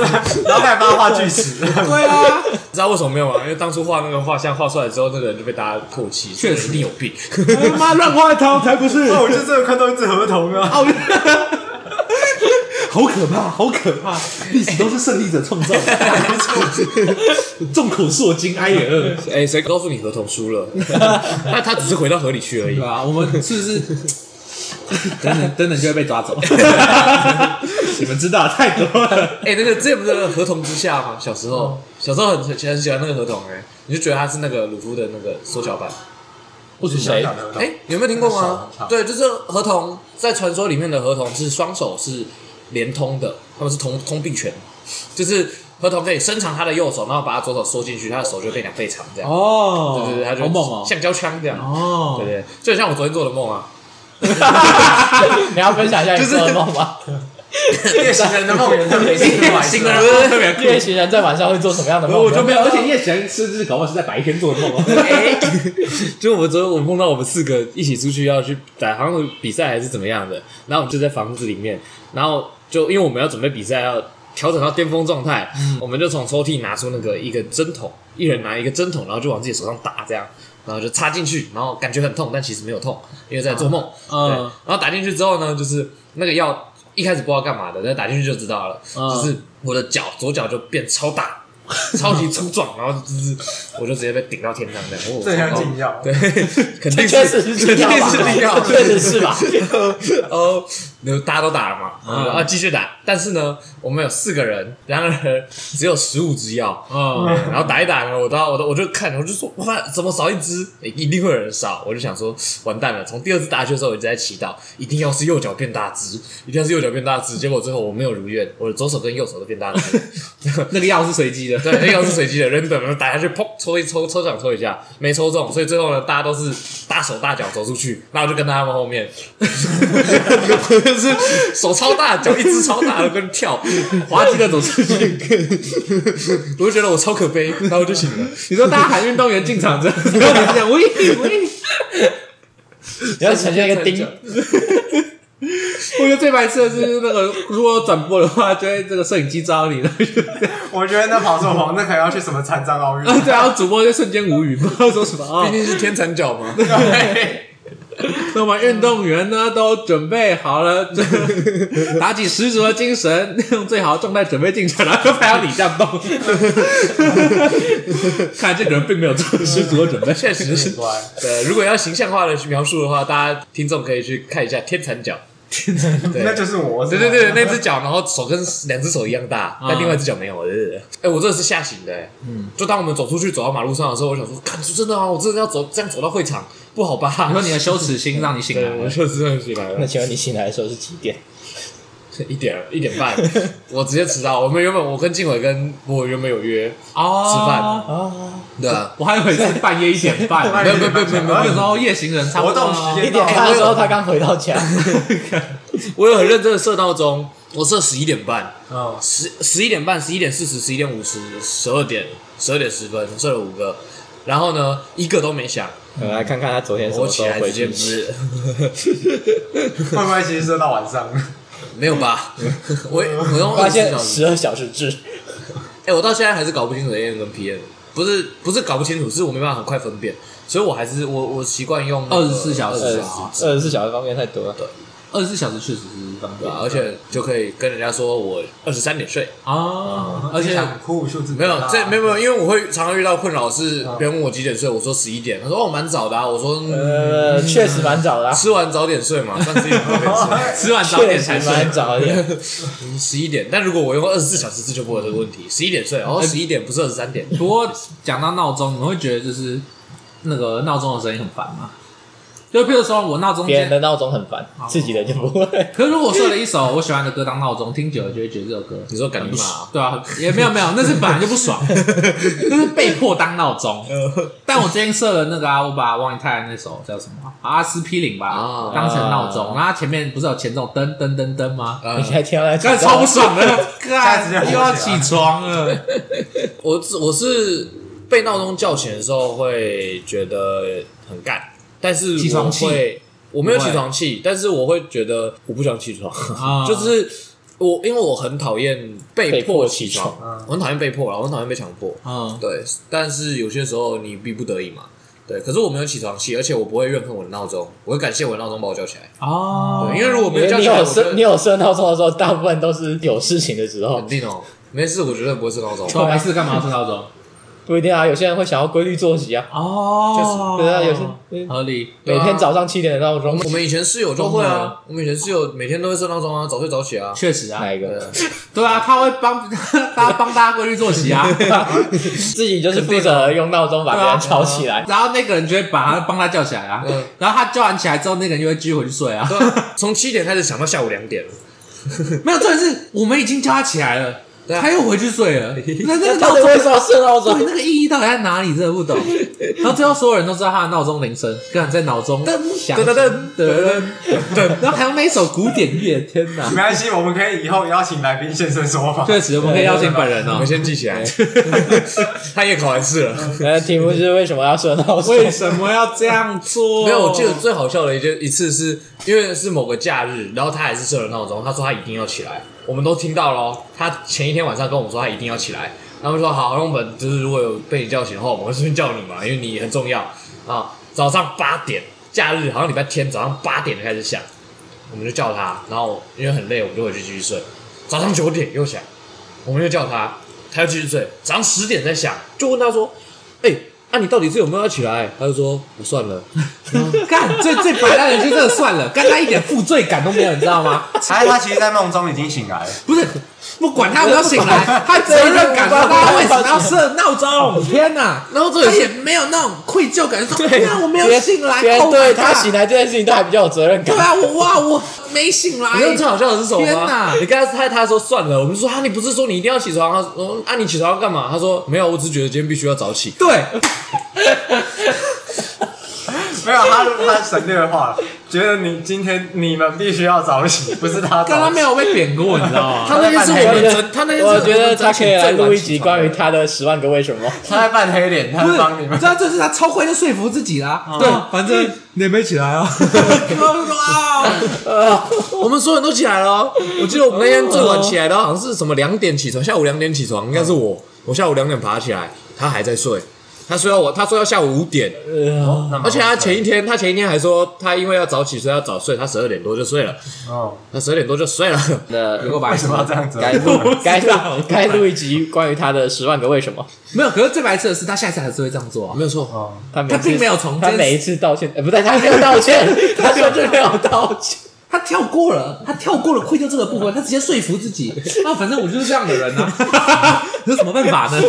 [SPEAKER 3] 然后还帮他画锯齿，
[SPEAKER 1] 对 啊，
[SPEAKER 2] 你知道为什么没有吗？因为当初画那个画像画出来之后，那个人就被大家唾弃，
[SPEAKER 1] 确
[SPEAKER 2] 说
[SPEAKER 1] 实
[SPEAKER 2] 你有 病。
[SPEAKER 1] 他妈乱画一通才不是。
[SPEAKER 3] 那我就这个看到一只合同啊，
[SPEAKER 1] 哦， 好可怕，好可怕！历史都是胜利者创造的，众口铄金，哀也恶。
[SPEAKER 2] 哎、谁告诉你合同输了？ 那他只是回到河里去而已
[SPEAKER 1] 对。吧？我们是不是等等等等就会被抓 走？你们知道太多了。
[SPEAKER 2] 哎、那个之前不是有那个合同之下吗？小时候，小时候很很很喜欢那个合同、哎，你就觉得他是那个鲁夫的那个缩小版。
[SPEAKER 1] 不是
[SPEAKER 4] 谁
[SPEAKER 3] 香港的合同
[SPEAKER 2] 哎、你有没有听过吗
[SPEAKER 3] 很少？
[SPEAKER 2] 对，就是合同，在传说里面的合同是双手是连通的，他们是同通臂拳，就是合同可以伸长他的右手，然后把他左手缩进去，他的手就变两倍长这样。
[SPEAKER 1] 哦，
[SPEAKER 2] 对对对，他就
[SPEAKER 1] 好猛哦，
[SPEAKER 2] 橡胶枪这样。
[SPEAKER 1] 哦，
[SPEAKER 2] 对对，就很像我昨天做的梦啊，
[SPEAKER 4] 你要分享一下你做的梦 吗？
[SPEAKER 2] 夜行人的梦，
[SPEAKER 1] 夜行人的梦特别酷
[SPEAKER 4] 夜行人在晚上会做什么样的梦呢？
[SPEAKER 1] 我就没有，而且夜行甚至搞不好是在白天做的梦哦。
[SPEAKER 2] 就我们昨天我碰到我们四个一起出去要去打，好像比赛还是怎么样的，然后我们就在房子里面，然后就因为我们要准备比赛，要调整到巅峰状态，
[SPEAKER 1] 嗯
[SPEAKER 2] 我们就从抽屉拿出那个一个针筒，一人拿一个针筒，然后就往自己手上打这样。然后就插进去，然后感觉很痛，但其实没有痛，因为在做梦。
[SPEAKER 1] 嗯
[SPEAKER 2] 对，然后打进去之后呢，就是那个药一开始不知道干嘛的，但打进去就知道了，
[SPEAKER 1] 嗯
[SPEAKER 2] 就是我的脚左脚就变超大，超级粗壮，然后就是我就直接被顶到天上 这样。我哦
[SPEAKER 3] 这像
[SPEAKER 2] 糟糕
[SPEAKER 3] 禁药，
[SPEAKER 2] 对，肯定
[SPEAKER 4] 确
[SPEAKER 2] 是
[SPEAKER 4] 实是这样吧
[SPEAKER 2] 肯定是药，
[SPEAKER 4] 确 实是吧？
[SPEAKER 2] 哦，那大家都打了嘛，
[SPEAKER 4] 嗯
[SPEAKER 2] 然后啊，继续打。但是呢，我们有四个人，然而只有十五支药，
[SPEAKER 1] 嗯，
[SPEAKER 2] 然后打一打呢，我到我都我就看，我就说哇，怎么少一只？一定会有人少，我就想说完蛋了。从第二次打下去的时候，我一直在祈祷，一定要是右脚变大只，一定要是右脚变大只。结果最后我没有如愿，我的左手跟右手都变大只。
[SPEAKER 1] 那个药是随机的，
[SPEAKER 2] 对，那个是随机的，人等然后打下去，砰，抽一抽，抽奖抽一下，没抽中，所以最后呢，大家都是大手大脚走出去，那我就跟在他们后面， 我就是手超大，脚一只超大的跟跳，
[SPEAKER 1] 滑稽的走出去。
[SPEAKER 2] 我就觉得我超可悲，然后我就醒了。
[SPEAKER 1] 你说大家喊运动员进 场之后，你这样喂喂，
[SPEAKER 4] 你要呈现一个钉，
[SPEAKER 1] 我觉得最白痴的是那个，如果转播的话，就会这个摄影机照你，然后就
[SPEAKER 3] 我觉得那跑错黄，那可能要去什么残障奥运，
[SPEAKER 1] 对，啊然后主播就瞬间无语，不知道说什么啊
[SPEAKER 2] 毕。竟是天蚕脚 嘛，
[SPEAKER 1] 那么运动员呢，都准备好了，这个打起十足的精神，用最好的状态准备进场，然后还要你这样动，看来这个人并没有做十足的准备。
[SPEAKER 2] 确实是。
[SPEAKER 3] 乖，
[SPEAKER 2] 对，如果要形象化的去描述的话，大家听众可以去看一下天蚕脚。对
[SPEAKER 3] 那就是我，
[SPEAKER 2] 对
[SPEAKER 3] 对
[SPEAKER 2] 对对，那只脚，然后手跟两只手一样大，但另外一只脚没有。哎、我这是吓醒的、嗯，就当我们走出去走到马路上的时候，我想说，看，是真的吗？我真的要走这样走到会场，不好吧？
[SPEAKER 1] 你说你的羞耻心让你醒来
[SPEAKER 2] 对， 我
[SPEAKER 1] 了，
[SPEAKER 2] 就真的醒来
[SPEAKER 4] 那
[SPEAKER 2] 了，
[SPEAKER 4] 请问你醒来的时候是几点？
[SPEAKER 2] 一点一点半，我直接迟到。我们原本我跟静伟跟我原本有约，
[SPEAKER 1] 哦，
[SPEAKER 2] 吃饭
[SPEAKER 4] 啊，
[SPEAKER 2] 对啊，
[SPEAKER 1] 我还以为是半夜一点半，
[SPEAKER 2] 没有没有没有没有没
[SPEAKER 1] 那个
[SPEAKER 2] 有
[SPEAKER 1] 时候夜行人差不
[SPEAKER 3] 活
[SPEAKER 1] 多
[SPEAKER 3] 动时
[SPEAKER 4] 一
[SPEAKER 3] 间
[SPEAKER 4] 点
[SPEAKER 3] 到了，
[SPEAKER 5] 啊
[SPEAKER 4] 半的时候他刚回到家，
[SPEAKER 2] 我有很认真的设闹钟，我设十一点半，
[SPEAKER 3] 嗯，
[SPEAKER 2] 十十一点半、十一点四十、十一点五十、十二点、十二点十分，设了五个，然后呢一个都没响，
[SPEAKER 5] 我们来看看他昨天什
[SPEAKER 2] 我
[SPEAKER 5] 么时
[SPEAKER 2] 起
[SPEAKER 5] 候
[SPEAKER 2] 来
[SPEAKER 5] 回
[SPEAKER 2] 直接
[SPEAKER 5] 去
[SPEAKER 2] 不。是，
[SPEAKER 3] 会不会其实射到晚上？
[SPEAKER 2] 没有吧？我我用
[SPEAKER 5] 嗯发
[SPEAKER 2] 24
[SPEAKER 5] 现
[SPEAKER 2] 小时
[SPEAKER 5] 十二小时制，
[SPEAKER 2] 哎、我到现在还是搞不清楚 AM 跟 PM，不是不是搞不清楚，是我没办法很快分辨，所以我还是我我习惯用那个
[SPEAKER 1] 24小时
[SPEAKER 5] 二
[SPEAKER 2] 24
[SPEAKER 5] 十
[SPEAKER 1] 啊
[SPEAKER 2] 小时
[SPEAKER 5] 呃二十四小时方面太多了。
[SPEAKER 1] 二十四小时确实是方
[SPEAKER 2] 对
[SPEAKER 1] 便
[SPEAKER 5] 嗯
[SPEAKER 2] 吧？而且就可以跟人家说我二十三点睡，
[SPEAKER 1] 啊，而且
[SPEAKER 3] 想哭数字
[SPEAKER 2] 没有
[SPEAKER 5] 啊
[SPEAKER 2] 这没有没有，因为我会常常遇到困扰是
[SPEAKER 3] 嗯
[SPEAKER 2] 别人问我几点睡，我说十一点，他说哦蛮早的、啊，我说、嗯、
[SPEAKER 5] 呃，确实蛮早的啊，
[SPEAKER 2] 吃完早点睡嘛，算是一种早点睡。
[SPEAKER 1] 吃完早
[SPEAKER 5] 确
[SPEAKER 1] 点
[SPEAKER 5] 实
[SPEAKER 1] 才睡
[SPEAKER 5] 蛮，早的。
[SPEAKER 2] 十一点，但如果我用二十四小时，这就不会有这个问题。十一点睡，
[SPEAKER 5] 呃
[SPEAKER 2] 然后十一点不是二十三点，
[SPEAKER 1] 不过讲到闹钟，你们会觉得就是那个闹钟的声音很烦吗？就譬如说我闹钟
[SPEAKER 5] 别人
[SPEAKER 1] 间，
[SPEAKER 5] 的闹钟很烦
[SPEAKER 1] 哦，
[SPEAKER 5] 自己的就不会。
[SPEAKER 1] 可是如果设了一首我喜欢的歌当闹钟，听久了就会觉得这首歌，
[SPEAKER 2] 你说感觉嘛？
[SPEAKER 1] 对啊，也没有没有，那是本来就不 爽，那是被迫当闹 钟。但我最近设了那个啊，我把王以太那首叫什么啊阿司匹林吧
[SPEAKER 2] 啊，
[SPEAKER 1] 当成闹钟，然后它前面不是有前奏噔噔噔噔吗？
[SPEAKER 2] 呃
[SPEAKER 5] 你现在听到在
[SPEAKER 1] 刚才超不爽的，啊 干
[SPEAKER 3] 现在直接火起来
[SPEAKER 1] 又要起床 了。
[SPEAKER 2] 我是我是被闹钟叫醒的时候会觉得很干，但是
[SPEAKER 1] 起
[SPEAKER 2] 我
[SPEAKER 1] 床气
[SPEAKER 2] 会我没有
[SPEAKER 1] 不会
[SPEAKER 2] 起床气，但是我会觉得我不想起床，
[SPEAKER 1] 啊
[SPEAKER 2] 就是我因为我很讨厌被
[SPEAKER 5] 被
[SPEAKER 2] 迫
[SPEAKER 5] 迫
[SPEAKER 2] 起
[SPEAKER 5] 起
[SPEAKER 2] 床，
[SPEAKER 5] 床
[SPEAKER 2] 我很讨厌被迫啦，我很讨厌被强迫。
[SPEAKER 1] 嗯，
[SPEAKER 2] 对，但是有些时候你逼不得已嘛。对，可是我没有起床气，而且我不会怨恨我的闹钟，我会感谢我的闹钟把我叫起来。
[SPEAKER 1] 哦
[SPEAKER 2] 对，，因为如果没
[SPEAKER 5] 你
[SPEAKER 2] 有叫
[SPEAKER 5] 你
[SPEAKER 2] 起来，
[SPEAKER 5] 有
[SPEAKER 2] 我觉
[SPEAKER 5] 设
[SPEAKER 2] 得
[SPEAKER 5] 你有设闹钟的时候，大部分都是有事情的时候
[SPEAKER 2] 肯，定哦，没事，我绝对不会设闹钟。
[SPEAKER 1] 我没事干嘛要设闹钟？
[SPEAKER 5] 不一定啊。有些人会想要规律作息啊，
[SPEAKER 1] 哦，
[SPEAKER 5] 对啊，有些
[SPEAKER 1] 合理。
[SPEAKER 2] 对
[SPEAKER 5] 每
[SPEAKER 2] 啊
[SPEAKER 5] 天早上七点的闹钟
[SPEAKER 2] 我，们以前室友就会啊，我们以前室友每天都会设闹钟啊，早睡早起啊。
[SPEAKER 1] 确实啊，
[SPEAKER 5] 哪一
[SPEAKER 2] 对
[SPEAKER 5] 个
[SPEAKER 1] 对啊，他会帮 大家帮大家规律作息啊，
[SPEAKER 5] 自己就是负责用闹钟把别人吵起来。
[SPEAKER 1] 然后那个人就会把他帮他叫起来啊
[SPEAKER 2] 嗯，
[SPEAKER 1] 然后他叫完起来之后，那个人就会继续回去睡啊。
[SPEAKER 2] 对啊，从七点开始想到下午两点了，
[SPEAKER 1] 没有，重点是我们已经叫他起来了，
[SPEAKER 2] 对啊
[SPEAKER 1] 他又回去睡了，那 那个
[SPEAKER 5] 到
[SPEAKER 1] 闹
[SPEAKER 5] 底
[SPEAKER 1] 钟
[SPEAKER 5] 为什么要设闹
[SPEAKER 1] 对
[SPEAKER 5] 钟？
[SPEAKER 1] 那个意义到底在哪里？真的不懂。然后最后所有人都知道他的闹钟铃声，刚在脑中响
[SPEAKER 2] 噔噔噔
[SPEAKER 1] 噔噔，然后还有那一首古典乐，天哪
[SPEAKER 3] 没！关系，我们可以以后邀请来宾现身说法。
[SPEAKER 1] 确实，我们可以邀请本人
[SPEAKER 2] 我
[SPEAKER 1] 哦
[SPEAKER 2] 们。先记起来。 他也考完试了。
[SPEAKER 5] 呃，题目是为什么要设 闹钟？
[SPEAKER 1] 为什么要这样做？
[SPEAKER 2] 没有，我记得最好笑的一件一次是因为是某个假日，然后他还是设了闹钟，他说他一定要起来，我们都听到了哦。他前一天晚上跟我们说他一定要起来，然后我们说好，那我们就是如果有被你叫醒的话，我们会顺便叫你嘛，因为你很重要啊。早上八点，假日好像礼拜天早上八点就开始响，我们就叫他，然后因为很累，我们就回去继续睡。早上九点又响，我们就叫他，他又继续睡。早上十点再响，就问他说：“哎、那、你到底是有没有要起来？”他就说：“我算了。”
[SPEAKER 1] 干 最最白烂的就这个算了，干他一点负罪感都没有，你知道吗？
[SPEAKER 3] 还是他其实，在梦中已经醒来了。
[SPEAKER 1] 不是，不管他有没有醒 来，他责任感说他为什么要设闹钟？天哪！然后他也没有那种愧疚感，说
[SPEAKER 5] 对
[SPEAKER 1] 那我没有醒来，
[SPEAKER 5] 别人
[SPEAKER 1] oh my
[SPEAKER 5] 对
[SPEAKER 1] God
[SPEAKER 5] 他醒来这件事情都还比较有责任
[SPEAKER 1] 对
[SPEAKER 5] 感。
[SPEAKER 1] 啊，我哇，我没醒来
[SPEAKER 2] 你知道最好笑的是什么
[SPEAKER 1] 哎天
[SPEAKER 2] 吗
[SPEAKER 1] 哪？
[SPEAKER 2] 你刚才猜他说算了，我们就说啊，你不是说你一定要起床？他说啊，你起床要干嘛？他说没有，我只是觉得今天必须要早起。
[SPEAKER 1] 对，
[SPEAKER 3] 没有，他他省略化了，觉得你今天你们必须要早起，不是他
[SPEAKER 1] 刚
[SPEAKER 3] 早
[SPEAKER 1] 刚没
[SPEAKER 3] 起。
[SPEAKER 1] 有被扁过，你知道吗？
[SPEAKER 2] 他那天是我
[SPEAKER 5] 我
[SPEAKER 2] 们
[SPEAKER 5] 觉
[SPEAKER 2] 真，
[SPEAKER 5] 得
[SPEAKER 2] 他那天是
[SPEAKER 5] 我觉得他
[SPEAKER 2] 他
[SPEAKER 5] 可以来录一集关于他的十万个为什么。
[SPEAKER 3] 他在扮黑脸，他
[SPEAKER 1] 不
[SPEAKER 3] 在
[SPEAKER 1] 是
[SPEAKER 3] 帮你，
[SPEAKER 1] 你
[SPEAKER 3] 们
[SPEAKER 1] 知。道这 是他超会就说服自己啦。对，反正你也没起来啊。
[SPEAKER 2] 我们所有人都起来了哦。我记得我们那天最晚起来的好像是什么两点起床，下午两点起床，应该是我，我下午两点爬起来，他还在睡。他睡到我，他睡到下午五点，而且他前一天，他前一天还说他因为要早起，所以要早睡，他十二点多就睡了，
[SPEAKER 3] 哦，
[SPEAKER 2] 他十二点多就睡了。
[SPEAKER 5] 那
[SPEAKER 1] 够白
[SPEAKER 3] 为什么要这样子？
[SPEAKER 5] 该录该录 该录一集关于他的十万个为什么。
[SPEAKER 1] 没有，可是最白痴的是，他下一次还是会这样做啊。
[SPEAKER 2] 没有错，
[SPEAKER 3] 哦，
[SPEAKER 5] 他每次
[SPEAKER 1] 他并没有从
[SPEAKER 5] 他每一次道歉，呃，不对，他没有道歉， 他说这没有道歉。
[SPEAKER 1] 他跳过了，他跳过了愧疚这个部分，他直接说服自己。啊，反正我就是这样的人啊， 有什么办法呢？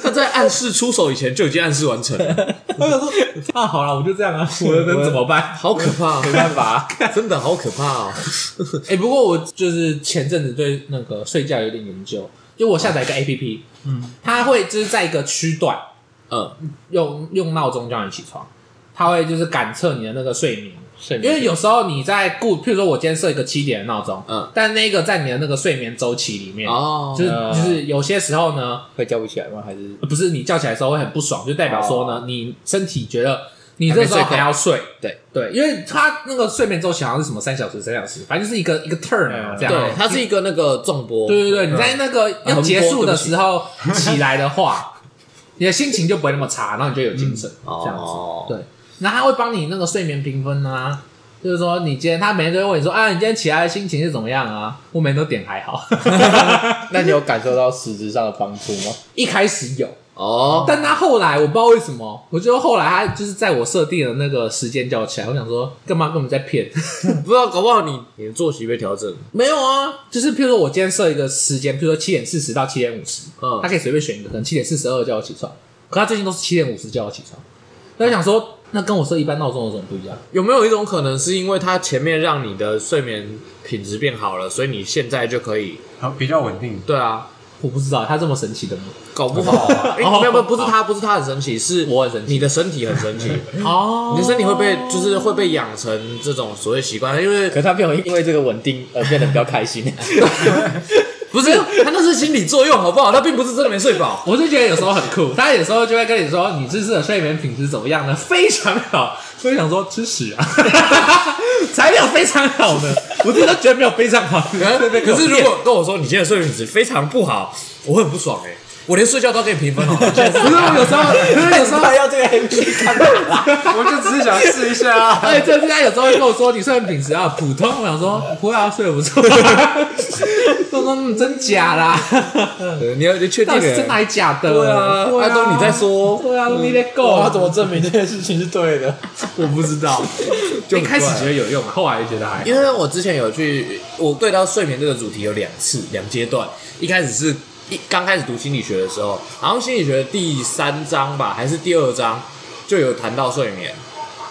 [SPEAKER 2] 他在暗示出手以前就已经暗示完成了，
[SPEAKER 1] 我想说，啊，好了，我就这样啊， 我能怎么办？啊
[SPEAKER 2] 好可怕、哦
[SPEAKER 5] 没办法，
[SPEAKER 2] 真的好可怕哦！
[SPEAKER 1] 哎、不过我就是前阵子对那个睡觉有点研究，就我下载一个 A P P，嗯，它会就是在一个区段，
[SPEAKER 2] 嗯，
[SPEAKER 1] 用用闹钟叫你起床，它会就是感测你的那个睡眠。
[SPEAKER 5] 睡
[SPEAKER 1] 因
[SPEAKER 5] 眠
[SPEAKER 1] 为有时候你在固，譬如说我今天设一个七点的闹钟，
[SPEAKER 2] 嗯，
[SPEAKER 1] 但那个在你的那个睡眠周期里面，
[SPEAKER 2] 哦
[SPEAKER 1] 就是
[SPEAKER 5] 嗯
[SPEAKER 1] 就是有些时候呢，
[SPEAKER 5] 会叫不起来吗？还是哦
[SPEAKER 1] 不是你叫起来的时候会很不爽，就代表说呢，你身体觉得你这时候还要睡，
[SPEAKER 2] 对
[SPEAKER 1] 对，因为他那个睡眠周期好像是什么三小时、三小时，反正就是一个一个 turn
[SPEAKER 5] 嗯
[SPEAKER 1] 啊，这样。
[SPEAKER 2] 对，它是一个那个纵波，
[SPEAKER 1] 对对对，你在那
[SPEAKER 4] 啊
[SPEAKER 1] 个要结束的时候起来 的话，你的心情就不会那么差，然后你就有精神，
[SPEAKER 4] 嗯
[SPEAKER 1] 这样子。
[SPEAKER 2] 哦，
[SPEAKER 1] 对，然后他会帮你那个睡眠评分啊，就是说你今天他每天都会问你说啊，你今天起来的心情是怎么样啊？我每天都点还好，
[SPEAKER 4] 那你有感受到实质上的帮助吗？
[SPEAKER 1] 一开始有，
[SPEAKER 2] 哦，
[SPEAKER 1] 但他后来我不知道为什么，我就后来他就是在我设定的那个时间叫我起来，我想说干嘛跟我们在骗？
[SPEAKER 2] 不知道搞不好你你的作息被调整，
[SPEAKER 1] 没有啊，就是譬如说我今天设一个时间，譬如说七点四十到七点五十，
[SPEAKER 2] 嗯
[SPEAKER 1] 他可以随便选一个，可能七点四十二叫我起床，可他最近都是七点五十叫我起床，那我想说那跟我设一般闹钟有什么不一样？
[SPEAKER 2] 有没有一种可能是因为它前面让你的睡眠品质变好了，所以你现在就可以？
[SPEAKER 3] 好比较稳定。
[SPEAKER 2] 对啊，
[SPEAKER 1] 我不知道他这么神奇的吗？
[SPEAKER 2] 搞不好、啊诶
[SPEAKER 1] 哦
[SPEAKER 2] 没有没有，不是它，不是它很神奇，是
[SPEAKER 1] 我很神奇
[SPEAKER 2] 你的身体很神奇，
[SPEAKER 1] 哦
[SPEAKER 2] 你的身体会被就是会被养成这种所谓习惯，因为
[SPEAKER 5] 可他没有因为这个稳定而呃变得比较开 心。
[SPEAKER 2] 不是它那是心理作用，好不好？它并不是真的没睡 饱。
[SPEAKER 1] 我就觉得有时候很酷，他有时候就会跟你说哦你这次的睡眠品质怎么样呢？非常好，所以想说吃屎 啊，才没有非常好呢，我自己都觉得没有非常好。
[SPEAKER 2] 可是如果跟我说你现在睡眠品质非常不好，我会很不爽哎、我连睡觉都要给你评 分 哦。
[SPEAKER 1] 不是我有时候，不是有时候，
[SPEAKER 5] 要这个 MV 看
[SPEAKER 3] 我就只是想试一下 啊。
[SPEAKER 1] 哎，就是他有时候会跟我说你睡眠品质啊普通，我想说不会啊，睡得不错。 我说嗯，真假啦，
[SPEAKER 2] 你要你确
[SPEAKER 1] 到
[SPEAKER 2] 定、
[SPEAKER 1] 底是真
[SPEAKER 2] 欸？
[SPEAKER 1] 还是假的？
[SPEAKER 2] 对啊，那都你在说，嗯
[SPEAKER 1] 对啊，你得够，
[SPEAKER 5] 我要怎么证明这件事情是对的？
[SPEAKER 1] 我不知道，
[SPEAKER 2] 就
[SPEAKER 1] 一
[SPEAKER 2] 很
[SPEAKER 1] 开始
[SPEAKER 2] 怪啊
[SPEAKER 1] 觉得有用，后来就觉得还好。
[SPEAKER 2] 因为我之前有去，我对到睡眠这个主题有两次两阶段，一开始是一刚开始读心理学的时候，好像心理学的第三章吧，还是第二章就有谈到睡眠。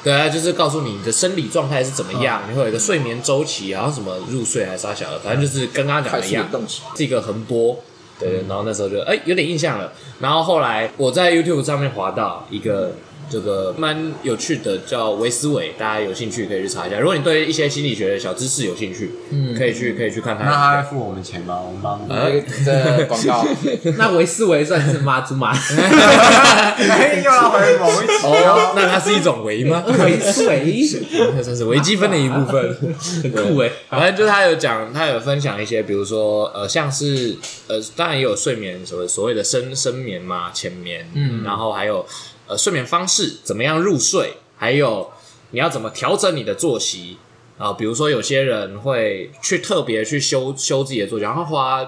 [SPEAKER 2] 对啊，就是告诉你你的生理状态是怎么样，你会有一个睡眠周期，然后什么入睡还是啥小的，反正就是跟刚刚讲
[SPEAKER 4] 快
[SPEAKER 2] 的一
[SPEAKER 4] 速
[SPEAKER 2] 样
[SPEAKER 4] 的，动起来，
[SPEAKER 2] 是一个横波。对对，然后那时候就哎、有点印象了。然后后来我在 YouTube 上面滑到一个这个蛮有趣的叫维思维，大家有兴趣可以去查一下。如果你对一些心理学的小知识有兴趣，嗯，可以去可以去看
[SPEAKER 3] 那
[SPEAKER 2] 看。
[SPEAKER 3] 他会付我们钱吗？我们帮你。
[SPEAKER 2] 呃
[SPEAKER 4] 哎这广告
[SPEAKER 1] 那维斯维算是妈祖妈，
[SPEAKER 3] 没有啊，回某一期
[SPEAKER 2] 哦，
[SPEAKER 3] 哦。
[SPEAKER 2] 那它是一种维吗？
[SPEAKER 1] 维斯维
[SPEAKER 2] 那算是微积分的一部分，很
[SPEAKER 1] 酷欸
[SPEAKER 2] 反正就他有讲，他有分享一些，比如说呃，像是呃，当然也有睡眠所谓所谓的深深眠嘛、浅眠，嗯，然后还有呃睡眠方式怎么样入睡，还有你要怎么调整你的作息。啊，比如说有些人会去特别去修修自己的作息，然后花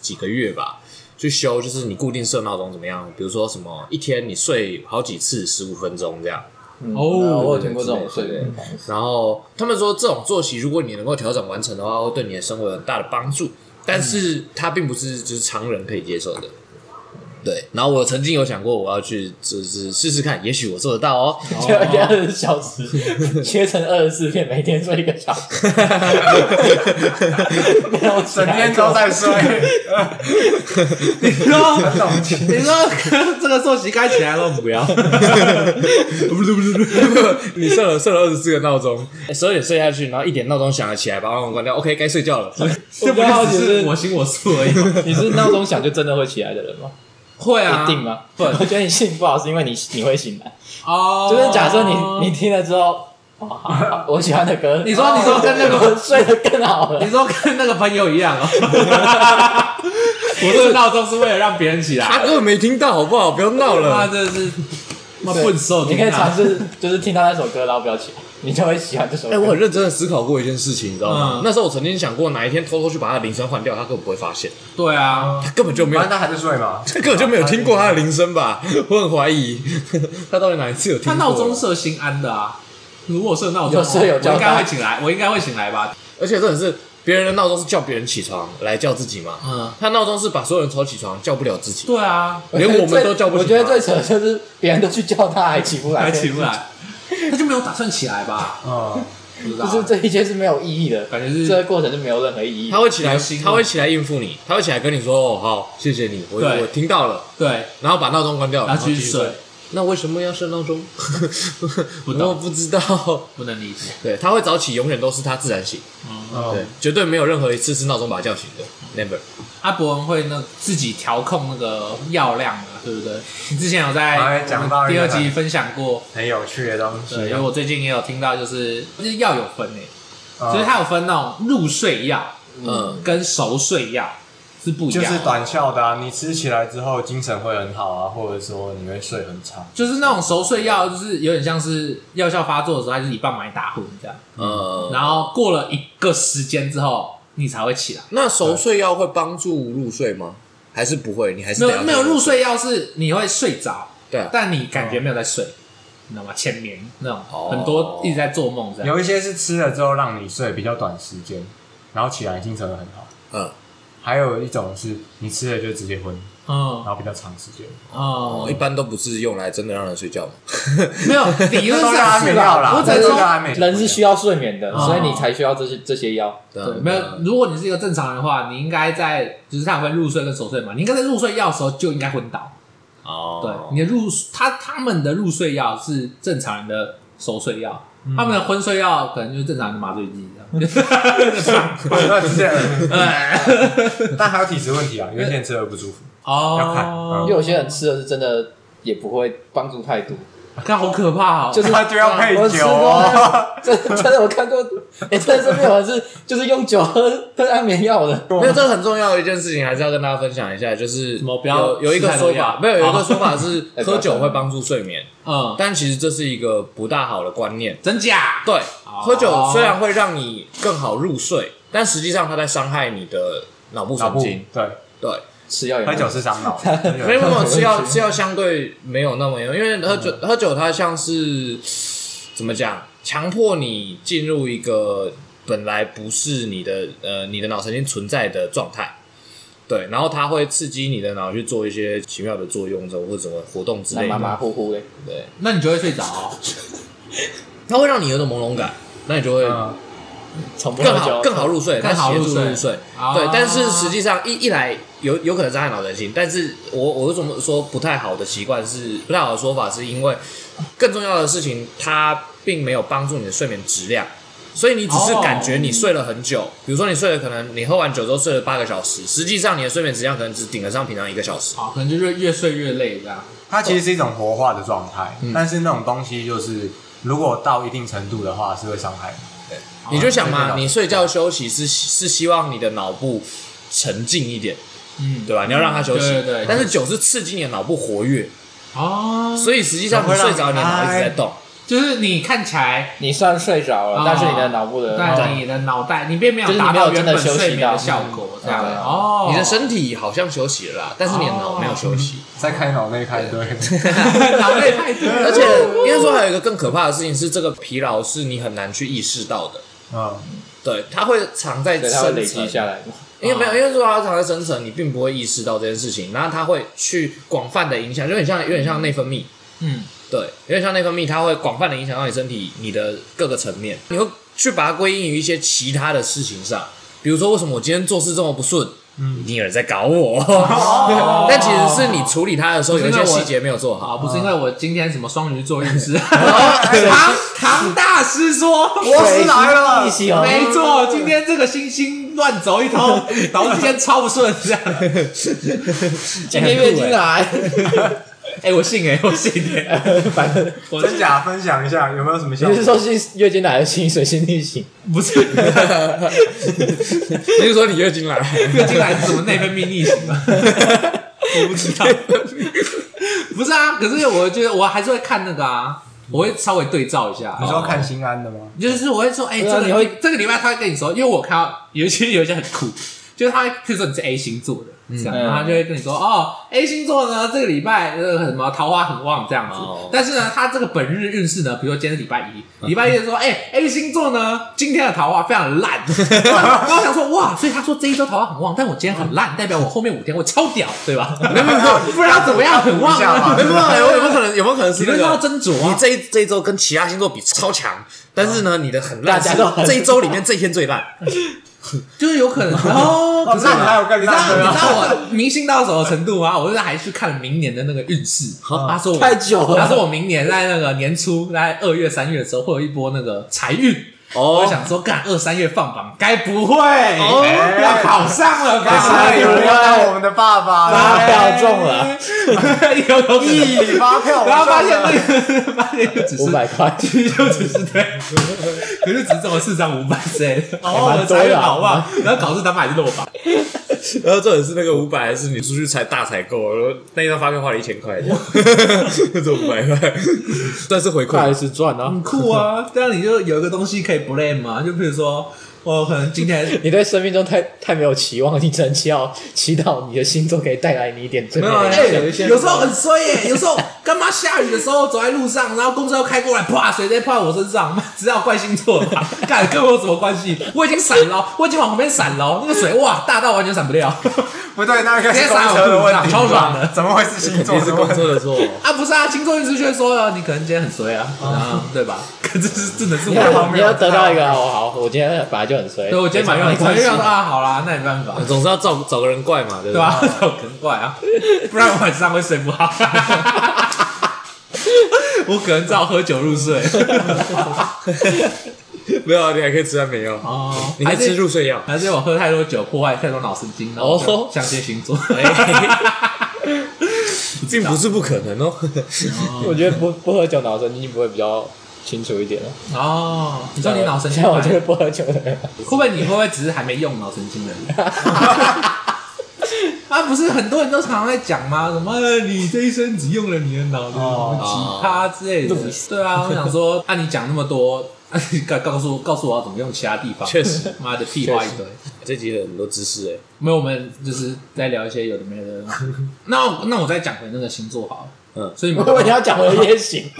[SPEAKER 2] 几个月吧去修，就是你固定设闹钟怎么样？比如说什么一天你睡好几次十五分钟这样，
[SPEAKER 4] 哦，
[SPEAKER 1] 哦，
[SPEAKER 4] 我有听过这种睡 眠方式。
[SPEAKER 2] 然后他们说，这种作息如果你能够调整完成的话，会对你的生活有很大的帮助。但是它并不是就是常人可以接受的。对，然后我曾经有想过，我要去就是试试看，也许我做得到哦。
[SPEAKER 5] 就要给二十小时，切成二十四片，每天睡一个小时，没有起
[SPEAKER 3] 整
[SPEAKER 5] 来
[SPEAKER 3] 天都在睡，
[SPEAKER 1] 你说
[SPEAKER 3] 很懂情。
[SPEAKER 1] 啊 你说这个作息该起来了，不要，
[SPEAKER 2] 不是不是不是，你设了设了二十四个闹钟， 十二点睡下去，然后一点闹钟响了起来，把闹钟关掉，OK，该睡 觉了。
[SPEAKER 1] 这不
[SPEAKER 5] 我比较好
[SPEAKER 1] 就
[SPEAKER 5] 奇
[SPEAKER 1] 只
[SPEAKER 5] 是
[SPEAKER 1] 是我行我素而已。
[SPEAKER 5] 你是闹钟响就真的会起来的人吗？
[SPEAKER 1] 会啊，
[SPEAKER 5] 一定吗？
[SPEAKER 1] 会
[SPEAKER 5] 我觉得你幸不好是因为你你会醒来，
[SPEAKER 1] 哦，
[SPEAKER 5] 就是假设你你听了之后， 哦，好好我喜欢的歌，哦
[SPEAKER 1] 你说你说跟那
[SPEAKER 5] 我
[SPEAKER 1] 个
[SPEAKER 5] 睡得更好了
[SPEAKER 1] 你。说跟那个朋友一样 哦，我这个闹钟是为了让别人起来，
[SPEAKER 2] 他啊根本没听到，好不好？不要闹
[SPEAKER 1] 他
[SPEAKER 2] 了。
[SPEAKER 1] 真的是妈笨手，
[SPEAKER 5] 你可以尝
[SPEAKER 1] 查。
[SPEAKER 5] 试，就是听到那首歌，然后不要起来，你就会喜欢这首
[SPEAKER 2] 哎、我
[SPEAKER 5] 歌。
[SPEAKER 2] 很认真的思考过一件事情，你知道吗？
[SPEAKER 1] 嗯
[SPEAKER 2] 那时候我曾经想过，哪一天偷偷去把他的铃声换掉，他根本不会发现，
[SPEAKER 1] 对啊，
[SPEAKER 2] 他根本就没有
[SPEAKER 3] 反正他还在睡嘛。
[SPEAKER 2] 他根本就没有听过他的铃声吧？ 我很怀疑他到底哪一次有听过。
[SPEAKER 1] 他闹钟，设心安的啊。如果设闹钟，
[SPEAKER 5] 有设有
[SPEAKER 1] 我
[SPEAKER 5] 交
[SPEAKER 1] 应该
[SPEAKER 5] 代
[SPEAKER 1] 会醒来，我应该会醒来吧？
[SPEAKER 2] 而且这的是别人的闹钟是叫别人起床来叫自己嘛？
[SPEAKER 1] 嗯
[SPEAKER 2] 他闹钟是把所有人吵起床，叫不了自己。
[SPEAKER 1] 对啊，
[SPEAKER 2] 连我们都叫不
[SPEAKER 5] 我
[SPEAKER 2] 醒他
[SPEAKER 5] 觉得最扯的就是别人都去叫他，还起不来，
[SPEAKER 1] 还起不来，他就没有打算起来吧？
[SPEAKER 3] 嗯，
[SPEAKER 1] 不知道啊
[SPEAKER 5] 就是这一切是没有意义的，
[SPEAKER 1] 感觉是
[SPEAKER 5] 这个过程是没有任何意义的
[SPEAKER 2] 他。会起来
[SPEAKER 1] 流星，哦
[SPEAKER 2] 他会起来应付你，他会起来跟你说：“哦，好，谢谢你，我
[SPEAKER 1] 对
[SPEAKER 2] 我听到了。
[SPEAKER 1] 对，”
[SPEAKER 2] 然后把闹钟关掉，
[SPEAKER 1] 然后继
[SPEAKER 2] 续
[SPEAKER 1] 续睡。
[SPEAKER 2] 那为什么要设闹钟？ 我不知道。
[SPEAKER 1] 不能理解。
[SPEAKER 2] 对，他会早起，永远都是他自然醒，
[SPEAKER 3] 哦
[SPEAKER 2] 对，绝对没有任何一次是闹钟把他叫醒的，never。
[SPEAKER 1] 阿伯文会那自己调控那个药量嘛，对不对？你之前有
[SPEAKER 3] 哎
[SPEAKER 1] 在
[SPEAKER 3] 讲到一个
[SPEAKER 1] 第二集分享过，
[SPEAKER 3] 很有趣的东
[SPEAKER 1] 对，
[SPEAKER 3] 西啊
[SPEAKER 1] 因为。我最近也有听到，就是就是药有分诶，
[SPEAKER 3] 嗯
[SPEAKER 1] 就是它有分那种入睡药
[SPEAKER 2] 嗯，
[SPEAKER 1] 跟熟睡药是不一
[SPEAKER 3] 就
[SPEAKER 1] 样
[SPEAKER 3] 是
[SPEAKER 1] 的。
[SPEAKER 3] 短效的啊，你吃起来之后精神会很好啊，或者说你会睡很长。
[SPEAKER 1] 就是那种熟睡药，就是有点像是药效发作的时候，它就是一棒把你打昏这样，
[SPEAKER 2] 呃，
[SPEAKER 1] 然后过了一个时间之后，你才会起来。
[SPEAKER 2] 那熟睡药会帮助入睡吗？还是不会？你还是
[SPEAKER 1] 没
[SPEAKER 2] 得
[SPEAKER 1] 有
[SPEAKER 2] 要
[SPEAKER 1] 没有入睡药是你会睡着，
[SPEAKER 2] 对啊
[SPEAKER 1] 但你感觉没有在睡，你知道吗？浅眠那种，
[SPEAKER 2] 哦
[SPEAKER 1] 很多一直在做梦这样。
[SPEAKER 3] 有一些是吃了之后让你睡比较短时间，然后起来精神会很好。
[SPEAKER 2] 嗯，
[SPEAKER 3] 还有一种是你吃了就直接昏，然
[SPEAKER 1] 嗯
[SPEAKER 3] 后比较长时间。
[SPEAKER 2] 哦，
[SPEAKER 1] 哦
[SPEAKER 2] 一，般都不是用来真的让人睡觉嘛。
[SPEAKER 1] 没有理论
[SPEAKER 3] 都是
[SPEAKER 1] 上
[SPEAKER 3] 安
[SPEAKER 1] 是
[SPEAKER 3] 眠药
[SPEAKER 1] 啦，
[SPEAKER 3] 啦，
[SPEAKER 1] 我只
[SPEAKER 3] 都
[SPEAKER 1] 能
[SPEAKER 3] 是
[SPEAKER 1] 说
[SPEAKER 3] 安眠药。
[SPEAKER 5] 人是需要睡眠的，
[SPEAKER 1] 哦
[SPEAKER 5] 所以你
[SPEAKER 4] 才
[SPEAKER 5] 才
[SPEAKER 4] 需要这些这些药。
[SPEAKER 2] 对啊
[SPEAKER 1] 对，没有。如果你是一个正常人的话，你应该在就是他有分入睡跟熟睡嘛，你应该在入睡药的时候就应该昏倒。对，
[SPEAKER 2] 哦，
[SPEAKER 1] 你的入他他们的入睡药是正常人的熟睡药，
[SPEAKER 4] 嗯
[SPEAKER 1] 他们的昏睡药可能就是正常人的麻醉剂这样。
[SPEAKER 3] 那直接，
[SPEAKER 1] 对，
[SPEAKER 3] 但还有体质问题啊，有些人吃了不舒服。要看 嗯
[SPEAKER 1] 哦
[SPEAKER 4] 因
[SPEAKER 3] 因
[SPEAKER 4] 为，有些人吃的是真的也不会帮助太 多，
[SPEAKER 1] 看好可怕哦，
[SPEAKER 4] 就是
[SPEAKER 3] 他就要配
[SPEAKER 4] 我吃
[SPEAKER 3] 酒
[SPEAKER 4] 过
[SPEAKER 3] 哦，
[SPEAKER 4] 那种，真真的我看过，哎，真的身边有人是就是用酒喝喝安眠药的，
[SPEAKER 2] 没有，这个很重要的一件事情，还是要跟大家分享一下，就是
[SPEAKER 1] 什么不要
[SPEAKER 2] 有有一个
[SPEAKER 1] 吃太多
[SPEAKER 2] 说法
[SPEAKER 1] 药，
[SPEAKER 2] 没有有一个
[SPEAKER 1] 哦
[SPEAKER 2] 说 法是
[SPEAKER 4] 哎不要
[SPEAKER 2] 喝
[SPEAKER 4] 这
[SPEAKER 2] 酒
[SPEAKER 4] 样
[SPEAKER 2] 会帮助睡眠，
[SPEAKER 1] 嗯，
[SPEAKER 2] 但其实这是一个不大好的观念。
[SPEAKER 1] 真假？
[SPEAKER 2] 对，
[SPEAKER 1] 哦
[SPEAKER 2] 喝酒虽然会让你更好入睡，但实际上它在伤害你的脑部
[SPEAKER 3] 脑
[SPEAKER 2] 神
[SPEAKER 3] 部
[SPEAKER 2] 经。
[SPEAKER 3] 对，
[SPEAKER 2] 对，
[SPEAKER 4] 吃药也
[SPEAKER 3] 喝
[SPEAKER 4] 没
[SPEAKER 3] 酒
[SPEAKER 4] 有
[SPEAKER 3] 是伤脑，
[SPEAKER 2] 没有没有吃药吃药相对没有那么严重，因为喝酒、喝酒它像是怎么讲，强迫你进入一个本来不是你的呃你的脑神经存在的状态。对，然后它会刺激你的脑去做一些奇妙的作用，或者什么活动之
[SPEAKER 4] 那
[SPEAKER 2] 类
[SPEAKER 4] 马
[SPEAKER 2] 的。
[SPEAKER 4] 马虎虎的，
[SPEAKER 2] 对，
[SPEAKER 1] 那你就会睡着哦。
[SPEAKER 2] 它会让你有一种朦胧感，那你就会
[SPEAKER 3] 嗯
[SPEAKER 5] 从不喝
[SPEAKER 2] 更好
[SPEAKER 5] 酒，
[SPEAKER 2] 更好入睡，
[SPEAKER 1] 更好
[SPEAKER 2] 它协
[SPEAKER 1] 入
[SPEAKER 2] 助
[SPEAKER 1] 睡
[SPEAKER 2] 入睡。
[SPEAKER 1] 啊
[SPEAKER 2] 对，但是实际上一一来有有可能伤害脑神经，但是我我为什么说不太好的习惯是不太好的说法，是因为更重要的事情，它并没有帮助你的睡眠质量。所以你只是
[SPEAKER 1] 哦
[SPEAKER 2] 感觉你睡了很久，比如说你睡了可能你喝完酒之后睡了八个小时，实际上你的睡眠质量可能只顶得上平常一个小时。
[SPEAKER 1] 好，哦可能就越越睡越累这样。
[SPEAKER 3] 它其实是一种活化的状态，但是那种东西就是如果到一定程度的话是会伤害的。
[SPEAKER 2] 你就想
[SPEAKER 3] 这
[SPEAKER 2] 嘛，
[SPEAKER 3] 个
[SPEAKER 2] 你睡觉休息是是希望你的脑部沉静一点，
[SPEAKER 1] 嗯，
[SPEAKER 2] 对吧？你要让它休息。
[SPEAKER 1] 对对对
[SPEAKER 2] 但是酒是刺激你的脑部活跃，
[SPEAKER 1] 哦，
[SPEAKER 2] 所以实际上你睡着，你的脑一直在动。
[SPEAKER 1] 就是你看起来，
[SPEAKER 4] 你虽然睡着
[SPEAKER 1] 哦
[SPEAKER 4] 了，但是你的脑部的
[SPEAKER 1] 但你的脑袋你并没
[SPEAKER 4] 就
[SPEAKER 1] 有
[SPEAKER 4] 是你
[SPEAKER 1] 达
[SPEAKER 4] 没有
[SPEAKER 1] 到原
[SPEAKER 4] 真的
[SPEAKER 1] 本
[SPEAKER 4] 休息
[SPEAKER 1] 睡眠的
[SPEAKER 4] 到
[SPEAKER 1] 效果，这样
[SPEAKER 4] 对啊
[SPEAKER 1] 哦，
[SPEAKER 2] 你的身体好像休息了啦，但是你的脑没有休息。
[SPEAKER 3] 在开脑内开对，
[SPEAKER 1] 脑内太多了
[SPEAKER 2] 而且应该说还有一个更可怕的事情是，这个疲劳是你很难去意识到的。
[SPEAKER 3] 嗯，
[SPEAKER 2] 对，它会藏在
[SPEAKER 4] 对它会
[SPEAKER 2] 深
[SPEAKER 4] 累积
[SPEAKER 2] 层，
[SPEAKER 4] 下来。
[SPEAKER 2] 因为
[SPEAKER 5] 啊
[SPEAKER 2] 没有，因为说它藏在深层，你并不会意识到这件事情，然后它会去广泛的影响，有点像有点像内分泌，
[SPEAKER 1] 嗯，
[SPEAKER 2] 对，有点像内分泌，它会广泛的影响到你身体你的各个层面，你会去把它归因于一些其他的事情上，比如说为什么我今天做事这么不顺，嗯，一定有人在搞我，
[SPEAKER 5] 哦
[SPEAKER 1] 哦
[SPEAKER 2] 但其实是你处理它的时候有一些细节没有做好。
[SPEAKER 1] 啊，不是因为我今天什么双鱼座运 势，唐唐大师说，
[SPEAKER 3] 我是来了
[SPEAKER 5] 一，起哦，
[SPEAKER 1] 没错，今天这个星星乱走 一通，导致今天超不顺，这样。
[SPEAKER 5] 今天月经来，
[SPEAKER 1] 哎，我信哎，我信哎，
[SPEAKER 5] 反正
[SPEAKER 1] 我
[SPEAKER 3] 真假分享一下有没有什么效
[SPEAKER 5] 你
[SPEAKER 3] 果
[SPEAKER 5] 是？说是月经来还是心水心逆行？
[SPEAKER 1] 不是
[SPEAKER 2] 你是说你月经 来？
[SPEAKER 1] 月经来是什么内分泌逆 行啊？我不知 道，不是啊，可是我觉得我还是会看那个啊，我会稍微对照一下哦
[SPEAKER 3] 你。说看心安的吗？
[SPEAKER 1] 就是我会说，哎、
[SPEAKER 5] 对
[SPEAKER 1] 这
[SPEAKER 5] 啊
[SPEAKER 1] 个
[SPEAKER 5] 你会
[SPEAKER 1] 这个礼拜他会跟你说，因为我看到有一些有一些很酷， 就是他会，譬如说你是 A 星座的，这样，
[SPEAKER 4] 嗯
[SPEAKER 1] 然后他就会跟你说，哦，A 星座呢这个礼拜呃什么桃花很旺这样子，
[SPEAKER 2] 哦嗯
[SPEAKER 1] 但是呢他这个本日运势呢，比如说今天是礼拜一，礼拜一就说，哎、a 星座呢今天的桃花非常 烂，然后我想说，哇，所以他说这一周桃花很旺，但我今天很
[SPEAKER 2] 嗯
[SPEAKER 1] 烂，代表我后面五天会超屌，对 吧？没有没有没有， 不然要怎么样很旺
[SPEAKER 3] 一下
[SPEAKER 1] 呢
[SPEAKER 3] 吧？
[SPEAKER 2] 没有没有，有没有可能？有没有可能是
[SPEAKER 1] 理
[SPEAKER 2] 那
[SPEAKER 1] 论上要
[SPEAKER 2] 个？
[SPEAKER 1] 斟酌
[SPEAKER 2] 你
[SPEAKER 1] 啊，
[SPEAKER 2] 这一这一周跟其他星座比超强，但是呢，你的很烂，
[SPEAKER 5] 大家都很
[SPEAKER 2] 这一周里面这一天最烂。
[SPEAKER 1] 就是有可能。 哦，可是
[SPEAKER 3] 那你还有更
[SPEAKER 1] 你知道
[SPEAKER 3] 烂的啊
[SPEAKER 1] 你知道我迷信到什么程度吗？我就是还去看了明年的那个运势，他说我
[SPEAKER 2] 太久了
[SPEAKER 1] 他说我明年在那个年初，在二月、三月的时候会有一波那个财运。
[SPEAKER 2] 哦
[SPEAKER 1] 我想说，干二三月放榜，该不会
[SPEAKER 2] 哦
[SPEAKER 1] 要考上了
[SPEAKER 3] 可
[SPEAKER 1] 吧？
[SPEAKER 3] 是有人要当我们的爸 爸
[SPEAKER 5] 发
[SPEAKER 3] 了，
[SPEAKER 5] 票中了
[SPEAKER 1] 有有可能
[SPEAKER 3] 咦，发票我中了，
[SPEAKER 1] 然后发现那个发现就只是
[SPEAKER 5] 五百 块，
[SPEAKER 1] 就只是对，可是只中了四张五百 C，哦，
[SPEAKER 5] 蛮多的啊
[SPEAKER 1] 才好吧？然后考试他们还是落榜，
[SPEAKER 2] 然后重点是那个五百，还是你出去采大采购，然后那一张发票花了一千块， 这五百块算是回
[SPEAKER 5] 快
[SPEAKER 2] 馈。
[SPEAKER 5] 是赚啊！
[SPEAKER 1] 很酷啊！ 这样你就有一个东西可以 blame 嘛，就比如说我可能今天
[SPEAKER 5] 你对生命中太太没有期望，你只能祈祷祈祷你的星座可以带来你一点正面的
[SPEAKER 1] 哎
[SPEAKER 5] 影响。
[SPEAKER 1] 有时候很衰 耶，有时候干嘛下雨的时候走在路上，然后公车要开过来，啪，水直接泡我身上， 妈只要怪星座吧， 干跟我有什么关系？我已经闪了，我已经往旁边闪了，那个水哇大到完全闪不掉。 啊
[SPEAKER 3] 不对，那应该是公
[SPEAKER 1] 直接撒我
[SPEAKER 3] 车的问
[SPEAKER 1] 肚子上
[SPEAKER 3] 题，
[SPEAKER 1] 超爽的
[SPEAKER 3] 怎么会是星座
[SPEAKER 2] 也是
[SPEAKER 3] 的
[SPEAKER 2] 工
[SPEAKER 3] 问题？
[SPEAKER 2] 作的错，
[SPEAKER 1] 啊，不是啊，星座运势却说了，你可能今天很衰啊，啊，对吧？ 可这是真的是
[SPEAKER 5] 你
[SPEAKER 1] 我
[SPEAKER 5] 要
[SPEAKER 1] 的
[SPEAKER 5] 有
[SPEAKER 1] 荒
[SPEAKER 5] 你
[SPEAKER 1] 谬。
[SPEAKER 5] 要得到一个哦，好，我今天本来就很衰，
[SPEAKER 1] 对，我今天买
[SPEAKER 5] 没
[SPEAKER 1] 完，我
[SPEAKER 5] 关
[SPEAKER 1] 就
[SPEAKER 5] 系
[SPEAKER 1] 想说啊，好啦，那也没办法，
[SPEAKER 2] 总是要找找个人怪嘛，对
[SPEAKER 1] 对
[SPEAKER 2] 吧？
[SPEAKER 1] 吧？好很怪啊，不然晚上会睡不好。我可能照喝酒入睡
[SPEAKER 2] 没有啊，你还可以吃安眠药，
[SPEAKER 1] 哦，
[SPEAKER 2] 你可以吃入睡药。
[SPEAKER 1] 还是我喝太多酒破坏太多脑神经，然后
[SPEAKER 2] 哦
[SPEAKER 1] 就像些星座。
[SPEAKER 2] 并不是不可能哦。
[SPEAKER 5] 我觉得不不喝酒脑神经不会比较清楚一点了。
[SPEAKER 1] 哦，你说你脑神经
[SPEAKER 5] 像我
[SPEAKER 1] 坏，
[SPEAKER 5] 这
[SPEAKER 1] 会
[SPEAKER 5] 个不喝酒的人，
[SPEAKER 1] 不会你会不会只是还没用脑神经而 已？啊，不是很多人都常常在讲吗？什么呃你这一生只用了你的脑子，
[SPEAKER 3] 哦
[SPEAKER 1] 奇葩之类的。
[SPEAKER 2] 哦
[SPEAKER 1] 对啊，我想说， 按、你讲那么多，啊、你告告诉告诉我要怎么用其他地方？
[SPEAKER 2] 确实，
[SPEAKER 1] 妈的屁话一堆。
[SPEAKER 2] 这集有很多知识哎，
[SPEAKER 1] 没有，我们就是在聊一些有的没 的。那那我再讲回那个星座好了。
[SPEAKER 2] 嗯
[SPEAKER 1] 所以你们
[SPEAKER 5] 我你要讲我的夜行，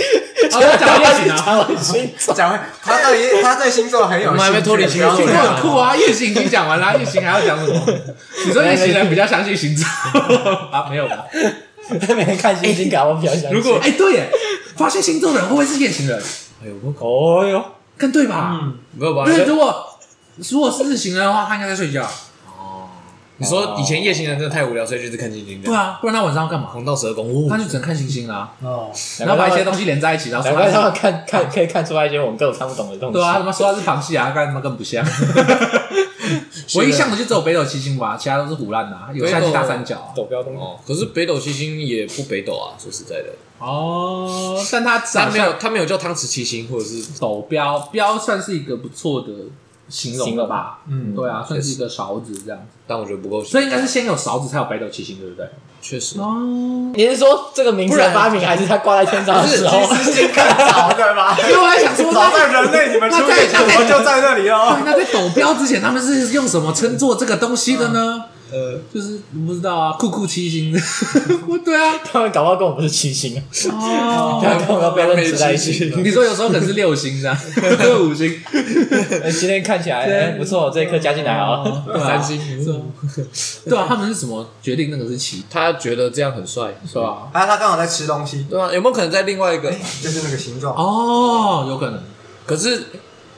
[SPEAKER 1] 哦要讲夜行啊
[SPEAKER 5] 讲我的星座，
[SPEAKER 3] 讲回他对他对星座很有
[SPEAKER 2] 我
[SPEAKER 3] 兴趣，
[SPEAKER 2] 们还没脱离
[SPEAKER 3] 不要
[SPEAKER 1] 星
[SPEAKER 2] 星
[SPEAKER 1] 座
[SPEAKER 2] 座
[SPEAKER 3] 这样
[SPEAKER 1] 很酷啊，夜行已经讲完啦，夜行还要讲 什么？你说夜行人比较相信星座啊？没有吧？
[SPEAKER 5] 每天看星星感，我比较相
[SPEAKER 1] 如
[SPEAKER 5] 信。
[SPEAKER 1] 果哎、对耶，发现星座的人会不会是夜行人？
[SPEAKER 2] 哎
[SPEAKER 5] 哦哟，
[SPEAKER 1] 更对吧？
[SPEAKER 2] 没有吧
[SPEAKER 1] 因？为如果如果是日行人的话，他应该在睡觉。
[SPEAKER 2] 你说以前夜行人真的太无聊，所以就是看星星
[SPEAKER 1] 对
[SPEAKER 2] 的，
[SPEAKER 1] 啊，不然他晚上要干嘛？
[SPEAKER 2] 红到蛇公。
[SPEAKER 1] 他就只能看星星啦，
[SPEAKER 3] 哦，
[SPEAKER 1] 然后把一些东西连在一起，然后
[SPEAKER 5] 难
[SPEAKER 1] 说 他
[SPEAKER 5] 怪他们
[SPEAKER 1] 是
[SPEAKER 5] 看看可以看出来一些我们根本看不懂的东西。
[SPEAKER 1] 对啊，他妈说他是螃蟹啊，干他妈更不 像。我一向的就只有北斗七星吧，其他都是胡乱的啊，有夏季大三角啊。
[SPEAKER 5] 走标东西，
[SPEAKER 2] 哦，可是北斗七星也不北斗啊，说实在的，
[SPEAKER 1] 哦，但他
[SPEAKER 2] 他
[SPEAKER 1] 长
[SPEAKER 2] 没
[SPEAKER 1] 相
[SPEAKER 2] 有他没有叫汤匙七星，或者是
[SPEAKER 1] 手标标算是一个不错的形容
[SPEAKER 5] 形
[SPEAKER 1] 了
[SPEAKER 5] 容
[SPEAKER 1] 吧？嗯，对啊，算是一个勺子这样子，
[SPEAKER 2] 但我觉得不够，
[SPEAKER 1] 所以应该是先有勺子才有北斗七星，对不对？
[SPEAKER 2] 确实。
[SPEAKER 1] 哦，
[SPEAKER 5] 你是说这个名字
[SPEAKER 2] 不
[SPEAKER 5] 的
[SPEAKER 2] 然
[SPEAKER 5] 发明，还是他挂在天上的时候？
[SPEAKER 3] 星更早对吧？
[SPEAKER 1] 因为我还想说，
[SPEAKER 3] 早在人类你们出
[SPEAKER 1] 那在
[SPEAKER 3] 现，我就在那里哦。
[SPEAKER 1] 那在抖标之前，他们是用什么称作这个东西的呢？
[SPEAKER 2] 呃，
[SPEAKER 1] 就是不知道啊，酷酷七星， 不对啊，
[SPEAKER 5] 他们搞不好跟我们是七星啊，
[SPEAKER 1] 哦，
[SPEAKER 5] 他们跟我们标认识在一起。
[SPEAKER 1] 你说有时候可能是六星这样，五星，
[SPEAKER 5] 哎今天看起来哎不错，这一颗加进来啊，
[SPEAKER 1] 对啊
[SPEAKER 2] 三，星，嗯
[SPEAKER 1] 对啊，他们是怎么决定那个是七，
[SPEAKER 2] 他觉得这样很帅，
[SPEAKER 1] 是哎吧？
[SPEAKER 3] 啊，他刚好在吃东西，
[SPEAKER 2] 对啊，有没有可能在另外一个？
[SPEAKER 3] 就是那个形状。
[SPEAKER 1] 哦，有可能。
[SPEAKER 2] 可是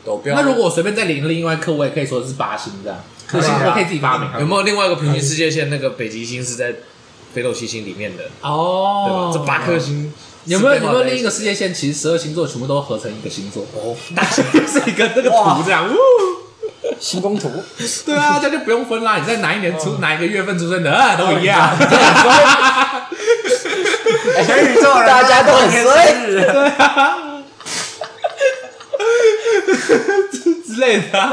[SPEAKER 2] 斗标，
[SPEAKER 1] 那如果我随便再领另外一颗，我也可以说是八星这样，
[SPEAKER 3] 可以啊
[SPEAKER 1] 我可以自己发明。
[SPEAKER 2] 有没有另外一个平行世界线？那个北极星是在北斗七星里面的，对吧
[SPEAKER 1] 哦？
[SPEAKER 2] 这八颗星
[SPEAKER 1] 有没有有没有另
[SPEAKER 2] 另
[SPEAKER 1] 一个世界线？其实十二星座全部都合成一个星座，
[SPEAKER 2] 哦，
[SPEAKER 1] 就是一个那个图这样。呜
[SPEAKER 5] 星宫图。
[SPEAKER 1] 对啊，这样就不用分啦。你在哪一年出哪一个月份出生的啊，都一样。
[SPEAKER 3] 全宇宙人
[SPEAKER 5] 大家都很
[SPEAKER 3] 衰，
[SPEAKER 1] 之类的啊。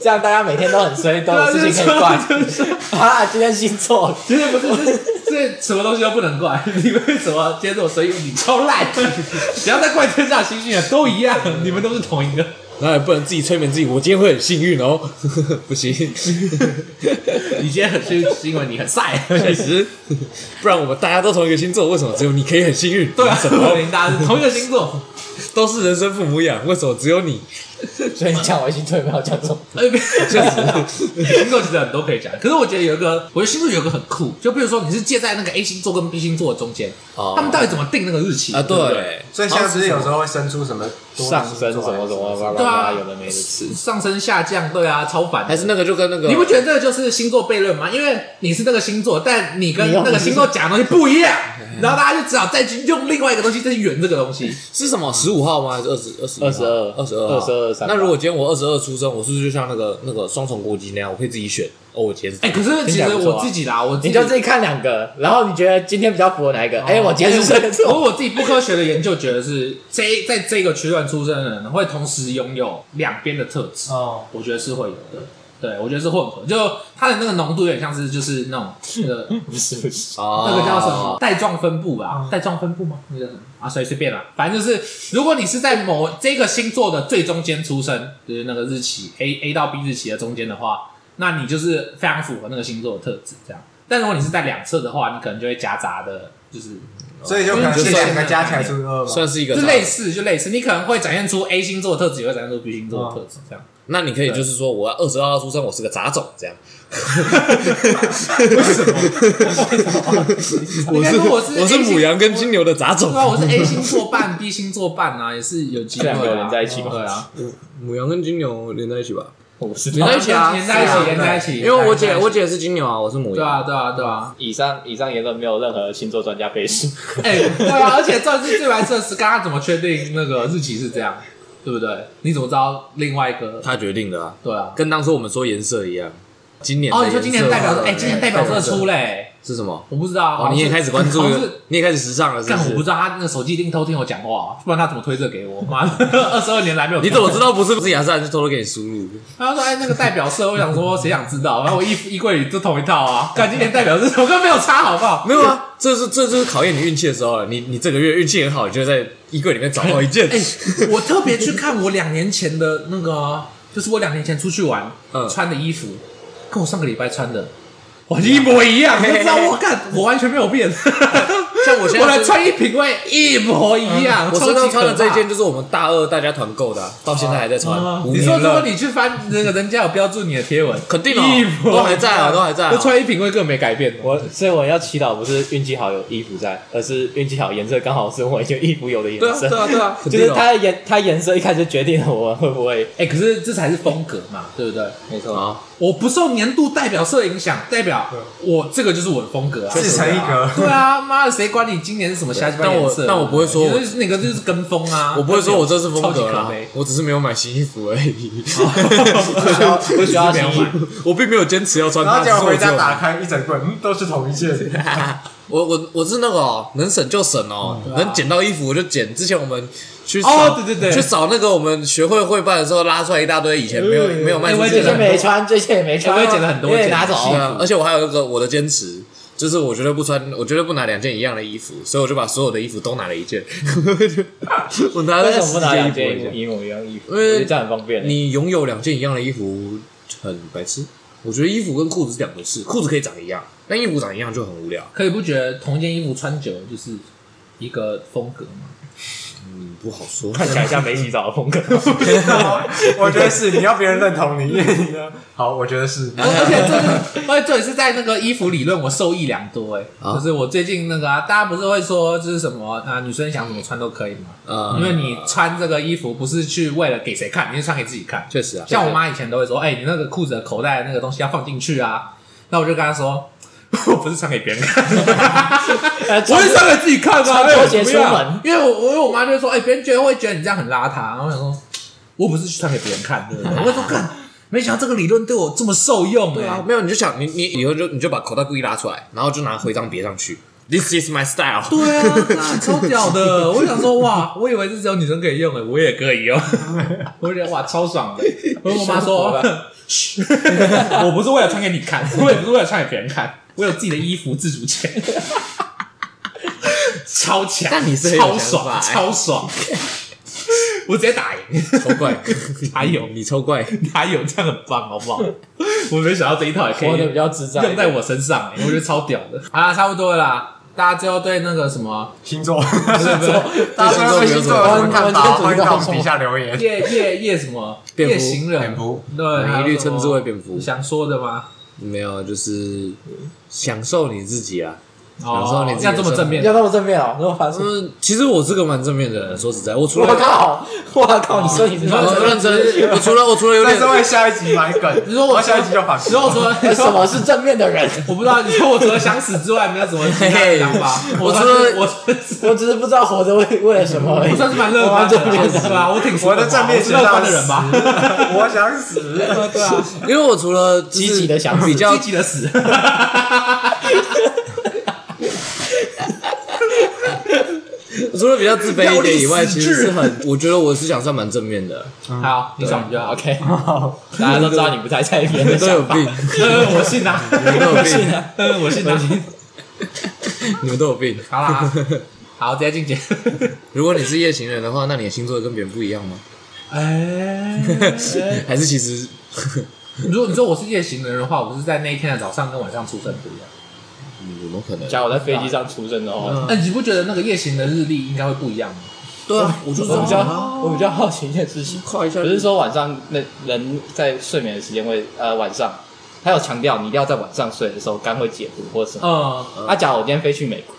[SPEAKER 5] 这样大家每天都很衰，都有事情可以怪 啊。今天星座，
[SPEAKER 1] 其实不是，是这什么东西都不能怪。你为什么接受所以你超烂？只要在怪天上星星的都一样，你们都是同一个。
[SPEAKER 2] 那也不能自己催眠自己，我今天会很幸运哦，不行，
[SPEAKER 1] 你今天很幸运，是因为你很晒。
[SPEAKER 2] 确实，不然我们大家都同一个星座，为什么只有你可以很幸运？
[SPEAKER 1] 对啊，
[SPEAKER 2] 什么
[SPEAKER 1] 大家是同一个星座。
[SPEAKER 2] 都是人生父母养，为什么只有你？
[SPEAKER 5] 所以你讲我星座也没有讲中。
[SPEAKER 1] 哎，别确实，星座其实很多可以讲，可是我觉得有一个，我觉得星座有一个很酷，就比如说你是介在那个 A 星座跟 B 星座的中间，
[SPEAKER 2] 哦
[SPEAKER 1] 他们到底怎么定那个日期
[SPEAKER 2] 啊，
[SPEAKER 1] 对不对？
[SPEAKER 2] 对，
[SPEAKER 3] 所以现在不是有时候会生出什么
[SPEAKER 5] 上升什
[SPEAKER 3] 多
[SPEAKER 5] 么
[SPEAKER 3] 的星
[SPEAKER 5] 什
[SPEAKER 3] 座
[SPEAKER 5] 么吧吧
[SPEAKER 1] 对
[SPEAKER 5] 吧，
[SPEAKER 1] 啊
[SPEAKER 5] 有的没的吃。
[SPEAKER 1] 上升下降，对啊，超烦的。
[SPEAKER 2] 还是那个就跟那个
[SPEAKER 1] 你不觉得这个就是星座悖论吗？因为你是那个星座，但你跟
[SPEAKER 5] 你用
[SPEAKER 1] 那个星座讲的东西不 一样，然后大家就只好再去用另外一个东西再去圆这个东西。
[SPEAKER 2] 是什么十五号吗？还是二十二十
[SPEAKER 5] 二十二
[SPEAKER 2] 二十二
[SPEAKER 5] 22 23
[SPEAKER 2] 那如果今天我二十二出生，我是不是就像那个那个双重国籍那样，我可以自己选？哦，我今天
[SPEAKER 1] 哎、可是其
[SPEAKER 5] 听起来
[SPEAKER 1] 实
[SPEAKER 5] 不错啊
[SPEAKER 1] 我自己啦，我自己
[SPEAKER 5] 你就自己看两个，然后你觉得今天比较符合哪一个？哎，我今天是
[SPEAKER 1] 哎
[SPEAKER 5] 射
[SPEAKER 1] 我
[SPEAKER 5] 座，
[SPEAKER 1] 我自己不科学的研究觉得是这在这个区段出生的人会同时拥有两边的特质，
[SPEAKER 3] 哦，
[SPEAKER 1] 我觉得是会有的。对，我觉得是混合，就它的那个浓度有点像是就是那 种呃那个
[SPEAKER 5] 不是不是，
[SPEAKER 2] 那
[SPEAKER 1] 那个叫什
[SPEAKER 2] 哦
[SPEAKER 1] 么？带状分布吧？带状分布吗？啊那叫什么啊？随随便啦，反正就是如果你是在某这个星座的最中间出生，就是那个日期 A A 到 B 日期的中间的话，那你就是非常符合那个星座的特质这样。但如果你是在两侧的话，你可能就会夹杂的，就是
[SPEAKER 3] 所以就可能这两个加起来除以二嘛。
[SPEAKER 2] 算是一个
[SPEAKER 1] 就
[SPEAKER 2] 差
[SPEAKER 1] 类似就类似，你可能会展现出 A 星座的特质，也会展现出 B 星座的特质这样。
[SPEAKER 2] 那你可以就是说，我二十二号出生，我是个杂种这样。
[SPEAKER 1] 应
[SPEAKER 2] 我
[SPEAKER 1] 该
[SPEAKER 2] 是
[SPEAKER 1] 说我是
[SPEAKER 2] 我是
[SPEAKER 1] A 星
[SPEAKER 2] 母羊跟金牛的杂种
[SPEAKER 1] 对。啊，我是 A 星座半，B 星座半啊，也是有机会、啊、
[SPEAKER 5] 这两个人在一起吗
[SPEAKER 1] 对啊，
[SPEAKER 2] 母羊跟金牛连在一起吧？
[SPEAKER 5] 我不是
[SPEAKER 2] 连在一起啊，
[SPEAKER 1] 连在一起，连在一起。
[SPEAKER 2] 因为我姐
[SPEAKER 1] 连在一起
[SPEAKER 2] 我姐是金牛啊，我是母
[SPEAKER 1] 对
[SPEAKER 2] 羊。
[SPEAKER 1] 啊，对啊，对啊，
[SPEAKER 4] 以上以上言论没有任何星座专家背书，
[SPEAKER 1] 哎、对啊， 而且这是最白痴的是，刚刚怎么确定那个日期是这样，对不对？你怎么知道另外一个？
[SPEAKER 2] 她决定的啊，
[SPEAKER 1] 对啊，
[SPEAKER 2] 跟当初我们说颜色一样。今年的
[SPEAKER 1] 哦，你说今年
[SPEAKER 2] 颜色
[SPEAKER 1] 代表色，哎、
[SPEAKER 2] 对
[SPEAKER 1] 今年代表色出嘞、
[SPEAKER 2] 是什么？
[SPEAKER 1] 我不知道。好
[SPEAKER 2] 哦，
[SPEAKER 1] 像
[SPEAKER 2] 你也
[SPEAKER 1] 是
[SPEAKER 2] 开始关注
[SPEAKER 1] 好像是，
[SPEAKER 2] 你也开始时尚了，是
[SPEAKER 1] 但
[SPEAKER 2] 不
[SPEAKER 1] 我不
[SPEAKER 2] 是？
[SPEAKER 1] 知道他那个手机一定偷听我讲话，不然他怎么推这给我？妈 的，二十二年来没有。
[SPEAKER 2] 你怎么知？道不是不是雅诗兰是偷偷给你输入？
[SPEAKER 1] 他说：“哎，那个代表色，我想说谁想知道？然后我衣服衣柜里都同一套啊，看今年代表色，我跟没有差，好不好？
[SPEAKER 2] 没有啊，这是这就是考验你运气的时候了。你你这个月运气很好，你就在衣柜里面找哦 到一件。
[SPEAKER 1] 哎、我特别去看我两年前的那个，就是我两年前出去玩、
[SPEAKER 2] 嗯
[SPEAKER 1] 穿的衣服，跟我上个礼拜穿的完全一模一样。你就知道我干，我完全没有 变。像
[SPEAKER 2] 我现在是嗯
[SPEAKER 1] 我来穿衣品味一模一样。
[SPEAKER 2] 我
[SPEAKER 1] 超
[SPEAKER 2] 身上
[SPEAKER 1] 级
[SPEAKER 2] 穿的这
[SPEAKER 1] 可怕
[SPEAKER 2] 件就是我们大二大家团购的啊、到现在还在穿。
[SPEAKER 1] 啊
[SPEAKER 2] 五
[SPEAKER 1] 你
[SPEAKER 2] 年
[SPEAKER 1] 说如
[SPEAKER 2] 了
[SPEAKER 1] 果你去翻那个人家有标注你的贴文，
[SPEAKER 2] 肯定
[SPEAKER 1] 一
[SPEAKER 2] 哦，
[SPEAKER 1] 模
[SPEAKER 2] 都还在啊，都还在啊
[SPEAKER 1] 那。穿衣品味根本没改变。
[SPEAKER 5] 我，所以我要祈祷不是运气好有衣服在，而是运气好颜色刚好是我有衣服有的颜
[SPEAKER 2] 对啊，
[SPEAKER 5] 色。
[SPEAKER 2] 对啊， 对啊，肯
[SPEAKER 5] 就
[SPEAKER 2] 定
[SPEAKER 5] 是
[SPEAKER 2] 哦
[SPEAKER 5] 它的颜它颜色一开始就决定了我会不 会
[SPEAKER 1] 哎、可是这才是风格嘛，对不对？
[SPEAKER 4] 没错，
[SPEAKER 2] 啊，
[SPEAKER 1] 我不受年度代表色影响，代表我这个就是我的风格啊，
[SPEAKER 3] 自成一格
[SPEAKER 1] 对啊，妈的，谁管你今年是什么瞎鸡巴
[SPEAKER 2] 但我
[SPEAKER 1] 颜色？
[SPEAKER 2] 但我不会说我
[SPEAKER 1] 你就是那个就是跟风啊，
[SPEAKER 2] 我不会说我这是风
[SPEAKER 1] 超级
[SPEAKER 2] 格啊
[SPEAKER 1] 可
[SPEAKER 2] 啦
[SPEAKER 1] 悲，。
[SPEAKER 2] 我只是没有买新衣服而已。
[SPEAKER 5] 需要不需要洗衣服？
[SPEAKER 2] 我并没有坚持要穿
[SPEAKER 3] 然
[SPEAKER 2] 它，
[SPEAKER 3] 后结果
[SPEAKER 2] 只是我
[SPEAKER 3] 回
[SPEAKER 2] 只有
[SPEAKER 3] 家打开一整柜，嗯，都是同一件。
[SPEAKER 2] 我我我是那个哦，能省就省哦，能捡到衣服我就捡。之前我们去扫
[SPEAKER 1] 哦对对对
[SPEAKER 2] 去扫那个我们学会会办的时候，拉出来一大堆以前没有没有卖出
[SPEAKER 1] 哎我也
[SPEAKER 2] 去
[SPEAKER 1] 捡
[SPEAKER 5] 这些
[SPEAKER 1] 了
[SPEAKER 2] 的。
[SPEAKER 5] 没穿，这些也没穿，
[SPEAKER 1] 我也捡了很多
[SPEAKER 5] 因为
[SPEAKER 1] 捡了
[SPEAKER 5] 拿走。
[SPEAKER 1] 很
[SPEAKER 2] 对
[SPEAKER 1] 多
[SPEAKER 2] 啊，而且我还有一个我的坚持，就是我绝对不穿，我绝对不拿两件一样的衣服，所以我就把所有的衣服都拿了一件。 我拿了
[SPEAKER 5] 为什么不拿两
[SPEAKER 2] 十件衣服
[SPEAKER 5] 件一模一样衣服？
[SPEAKER 2] 因
[SPEAKER 5] 我
[SPEAKER 2] 为
[SPEAKER 5] 觉得这样很方便。
[SPEAKER 2] 你拥有两件一样的衣服很白痴。我觉得衣服跟裤子是两回事，裤子可以长一样，但衣服长一样就很无聊，
[SPEAKER 1] 可以不觉得同一件衣服穿久了就是一个风格吗？
[SPEAKER 2] 嗯，不好说。
[SPEAKER 5] 想一 下没洗澡的风格，
[SPEAKER 3] 我觉得是你要别人认同你，因 为你要好，我觉得是。
[SPEAKER 2] 哎
[SPEAKER 1] 而而且这是，而且这也是在那个衣服理论，我受益良多哎、
[SPEAKER 2] 啊
[SPEAKER 1] 就是我最近那个啊，大家不是会说就是什么啊，女生想怎么穿都可以嘛，
[SPEAKER 2] 呃，
[SPEAKER 1] 因为你穿这个衣服不是去为了给谁看，你是穿给自己看。
[SPEAKER 2] 确实啊，
[SPEAKER 1] 像我妈以前都会说，哎、你那个裤子的口袋那个东西要放进去啊。那我就跟她说， 我不是穿给别人看，
[SPEAKER 5] 呃
[SPEAKER 1] 我是穿给自己看啊。
[SPEAKER 5] 穿
[SPEAKER 1] 哎
[SPEAKER 5] 拖鞋出门
[SPEAKER 1] 我不要因为我我因为我妈就会说，哎、别人觉得会觉得你这样很邋遢。然后我想说，我不是去穿给别人看，对不对？我会说，看，没想到这个理论对我这么受用、
[SPEAKER 2] 对啊
[SPEAKER 1] 哎，
[SPEAKER 2] 没有你就想你你以后就你就把口袋故意拉出来，然后就拿徽章别上去，This is my style。
[SPEAKER 1] 对啊，那超屌的！我想说，哇，我以为是只有女生可以用诶，我也可以用， 我觉得哇，超爽的。我跟我妈说， 嘘我不是为了穿给你看，我也不是为了穿给别人看，我有自己的衣服自主权， 超强，
[SPEAKER 2] 但你是很有
[SPEAKER 1] 超
[SPEAKER 2] 想
[SPEAKER 1] 爽，
[SPEAKER 2] 法欸
[SPEAKER 1] 超爽，我直接打赢，
[SPEAKER 2] 超怪，
[SPEAKER 1] 哪有
[SPEAKER 2] 你超怪，
[SPEAKER 1] 哪有这样很棒，好不好？我没想到这一套也可以
[SPEAKER 5] 活得比较自在。
[SPEAKER 1] 用在我身上、欸，我觉得超屌的。好啦，差不多了啦。大家最后对那个什么
[SPEAKER 3] 星座，
[SPEAKER 1] 不是
[SPEAKER 3] 大家对星座有什么看法？欢迎到我们底下留言。
[SPEAKER 1] 夜夜夜什么
[SPEAKER 2] 蝙蝠
[SPEAKER 1] 夜行人
[SPEAKER 3] 蝙蝠，
[SPEAKER 1] 对，还
[SPEAKER 2] 你一
[SPEAKER 1] 有
[SPEAKER 2] 律
[SPEAKER 1] 什么
[SPEAKER 2] 称之为蝙蝠。
[SPEAKER 1] 想说的吗？
[SPEAKER 2] 没有，就是享受你自己啊，
[SPEAKER 1] 哦
[SPEAKER 2] 有时候你自己
[SPEAKER 1] 要这么正面，
[SPEAKER 5] 要那么正面哦，那么反正。
[SPEAKER 2] 嗯，其实我是个蛮正面的人，说实在，我除
[SPEAKER 5] 我
[SPEAKER 2] 了
[SPEAKER 5] 靠！ 我靠！你说你是
[SPEAKER 1] 你说
[SPEAKER 2] 我认真，我除了我除了有
[SPEAKER 3] 但
[SPEAKER 2] 点
[SPEAKER 3] 是为下一集埋梗，
[SPEAKER 1] 你说我
[SPEAKER 3] 然后下一集就反
[SPEAKER 1] 你说我
[SPEAKER 3] 驳。
[SPEAKER 1] 说你
[SPEAKER 5] 什
[SPEAKER 1] 说
[SPEAKER 5] 么是正面的人？
[SPEAKER 1] 我不知道，你说我除了想死之外，没有什么其他的想 法。
[SPEAKER 2] 我
[SPEAKER 1] 算
[SPEAKER 2] 除
[SPEAKER 1] 是
[SPEAKER 2] 了
[SPEAKER 1] 我算是
[SPEAKER 5] 我只是不知道活着为为了 什么而已
[SPEAKER 1] 我。算是蛮乐观的啦，是吧？我挺
[SPEAKER 3] 我的正面
[SPEAKER 1] 是
[SPEAKER 3] 是
[SPEAKER 1] 乐观的人吧？
[SPEAKER 3] 我想死。
[SPEAKER 1] 对啊，
[SPEAKER 2] 因为我除了就是
[SPEAKER 5] 积极地想死
[SPEAKER 2] 比较
[SPEAKER 1] 积极的死。
[SPEAKER 2] 除了比较自卑一点以外，
[SPEAKER 1] 要立
[SPEAKER 2] 其
[SPEAKER 1] 死志
[SPEAKER 2] 实是很，我觉得我是想算蛮正面的，
[SPEAKER 1] 好，你爽就好。
[SPEAKER 5] OK，大家都知道你不太在意别人的
[SPEAKER 2] 都有
[SPEAKER 5] 想法。
[SPEAKER 2] 病，
[SPEAKER 1] 呃， 我信啊，
[SPEAKER 2] 你们都有
[SPEAKER 5] 不信
[SPEAKER 2] 病，
[SPEAKER 5] 啊！
[SPEAKER 1] 呃，我信啊。
[SPEAKER 2] 你们都有病。
[SPEAKER 1] 好 啦，好，直接进阶。
[SPEAKER 2] 如果你是夜行人的话，那你的星座跟别人不一样吗？
[SPEAKER 1] 哎，
[SPEAKER 2] 还是其实
[SPEAKER 1] 如果你说我是夜行人的话，我是在那一天的早上跟晚上出生不一样。
[SPEAKER 2] 嗯有没有可能？
[SPEAKER 5] 假如我在飞机上出生的话，
[SPEAKER 1] 那你不觉得那个夜行的日历应该会不一样吗？
[SPEAKER 2] 对啊，我就是这
[SPEAKER 5] 我
[SPEAKER 2] 么
[SPEAKER 5] 比较
[SPEAKER 2] 想
[SPEAKER 1] 哦
[SPEAKER 2] 啊。
[SPEAKER 5] 我比较好奇一件事情，
[SPEAKER 2] 跨一下
[SPEAKER 4] 不 是说晚上那人在睡眠的时间会呃晚上，他有强调你一定要在晚上睡的时候肝会解毒或什么。
[SPEAKER 1] 嗯，
[SPEAKER 4] 啊，假如我今天飞去美国，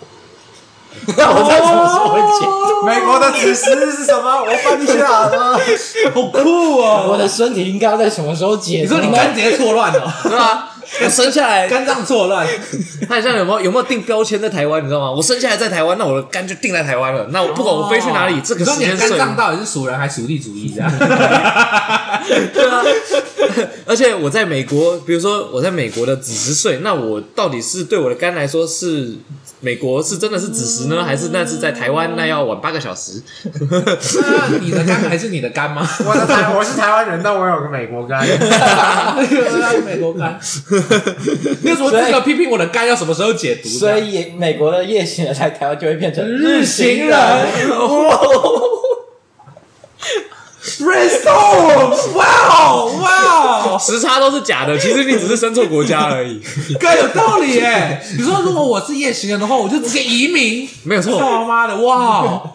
[SPEAKER 5] 那我再怎么说会解？
[SPEAKER 3] 美国的指示是什么？我翻一下啊 了。
[SPEAKER 1] 好酷哦！
[SPEAKER 5] 我的身体应该要在什么时候解？
[SPEAKER 1] 你说你肝直接错乱哦了，
[SPEAKER 2] 对啊，我生下 来，
[SPEAKER 1] 肝脏错乱，
[SPEAKER 2] 他很像有没有有没有定标签在台湾，你知道吗？我生下来在台湾，那我的肝就定在台湾了。那我不管我飞去哪里，这个
[SPEAKER 1] 你说
[SPEAKER 2] 时
[SPEAKER 1] 哦你的肝
[SPEAKER 2] 间睡，
[SPEAKER 1] 脏到底是属人还是属地主义啊 这样？
[SPEAKER 2] 对啊。 而且我在美国，比如说我在美国的子时睡，那我到底是对我的肝来说是美国是真的是子时呢，还是那是在台湾那要晚八个小时？
[SPEAKER 1] 那你的肝还是你的肝 吗？
[SPEAKER 3] 我的台，我是台湾人，但我有个美 国干。
[SPEAKER 1] 啊美国肝， 你有什么资格批评我的肝要什么时候解毒？
[SPEAKER 5] 所以美国的夜行人来台湾就会变成
[SPEAKER 1] 日行
[SPEAKER 5] 行
[SPEAKER 1] 人，restore，哇哦哇哦，
[SPEAKER 2] 时差都是假的，其实你只是生错国家而已，
[SPEAKER 1] 哥有道理耶！你说如果我是夜行人的话，我就直接移民，
[SPEAKER 2] 没有错。
[SPEAKER 1] 操妈的，哇哦，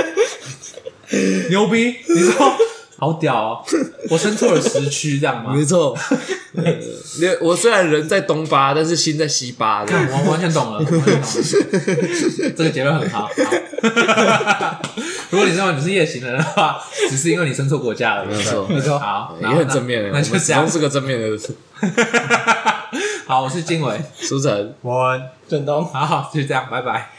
[SPEAKER 1] 牛逼！你说好屌哦，我生错了时区这样吗？
[SPEAKER 2] 没 错，呃你我虽然人在东巴，但是心在西巴的。
[SPEAKER 1] 我完全 懂了，我完全懂了，这个结论很好。好 如果你认为你是夜行人的话，只是因为你生错国家了，
[SPEAKER 2] 没错
[SPEAKER 1] 对不对
[SPEAKER 5] 没错
[SPEAKER 1] 好，
[SPEAKER 2] 也
[SPEAKER 1] 然后
[SPEAKER 2] 很
[SPEAKER 1] 那
[SPEAKER 2] 正面的，欸
[SPEAKER 1] 那
[SPEAKER 2] 我
[SPEAKER 1] 就
[SPEAKER 2] 们
[SPEAKER 1] 这
[SPEAKER 2] 始
[SPEAKER 1] 样
[SPEAKER 2] 终。是个正面的
[SPEAKER 1] 好，我是经纬，
[SPEAKER 2] 书城。
[SPEAKER 3] 我
[SPEAKER 5] 准东。
[SPEAKER 1] 好，就这样，拜拜。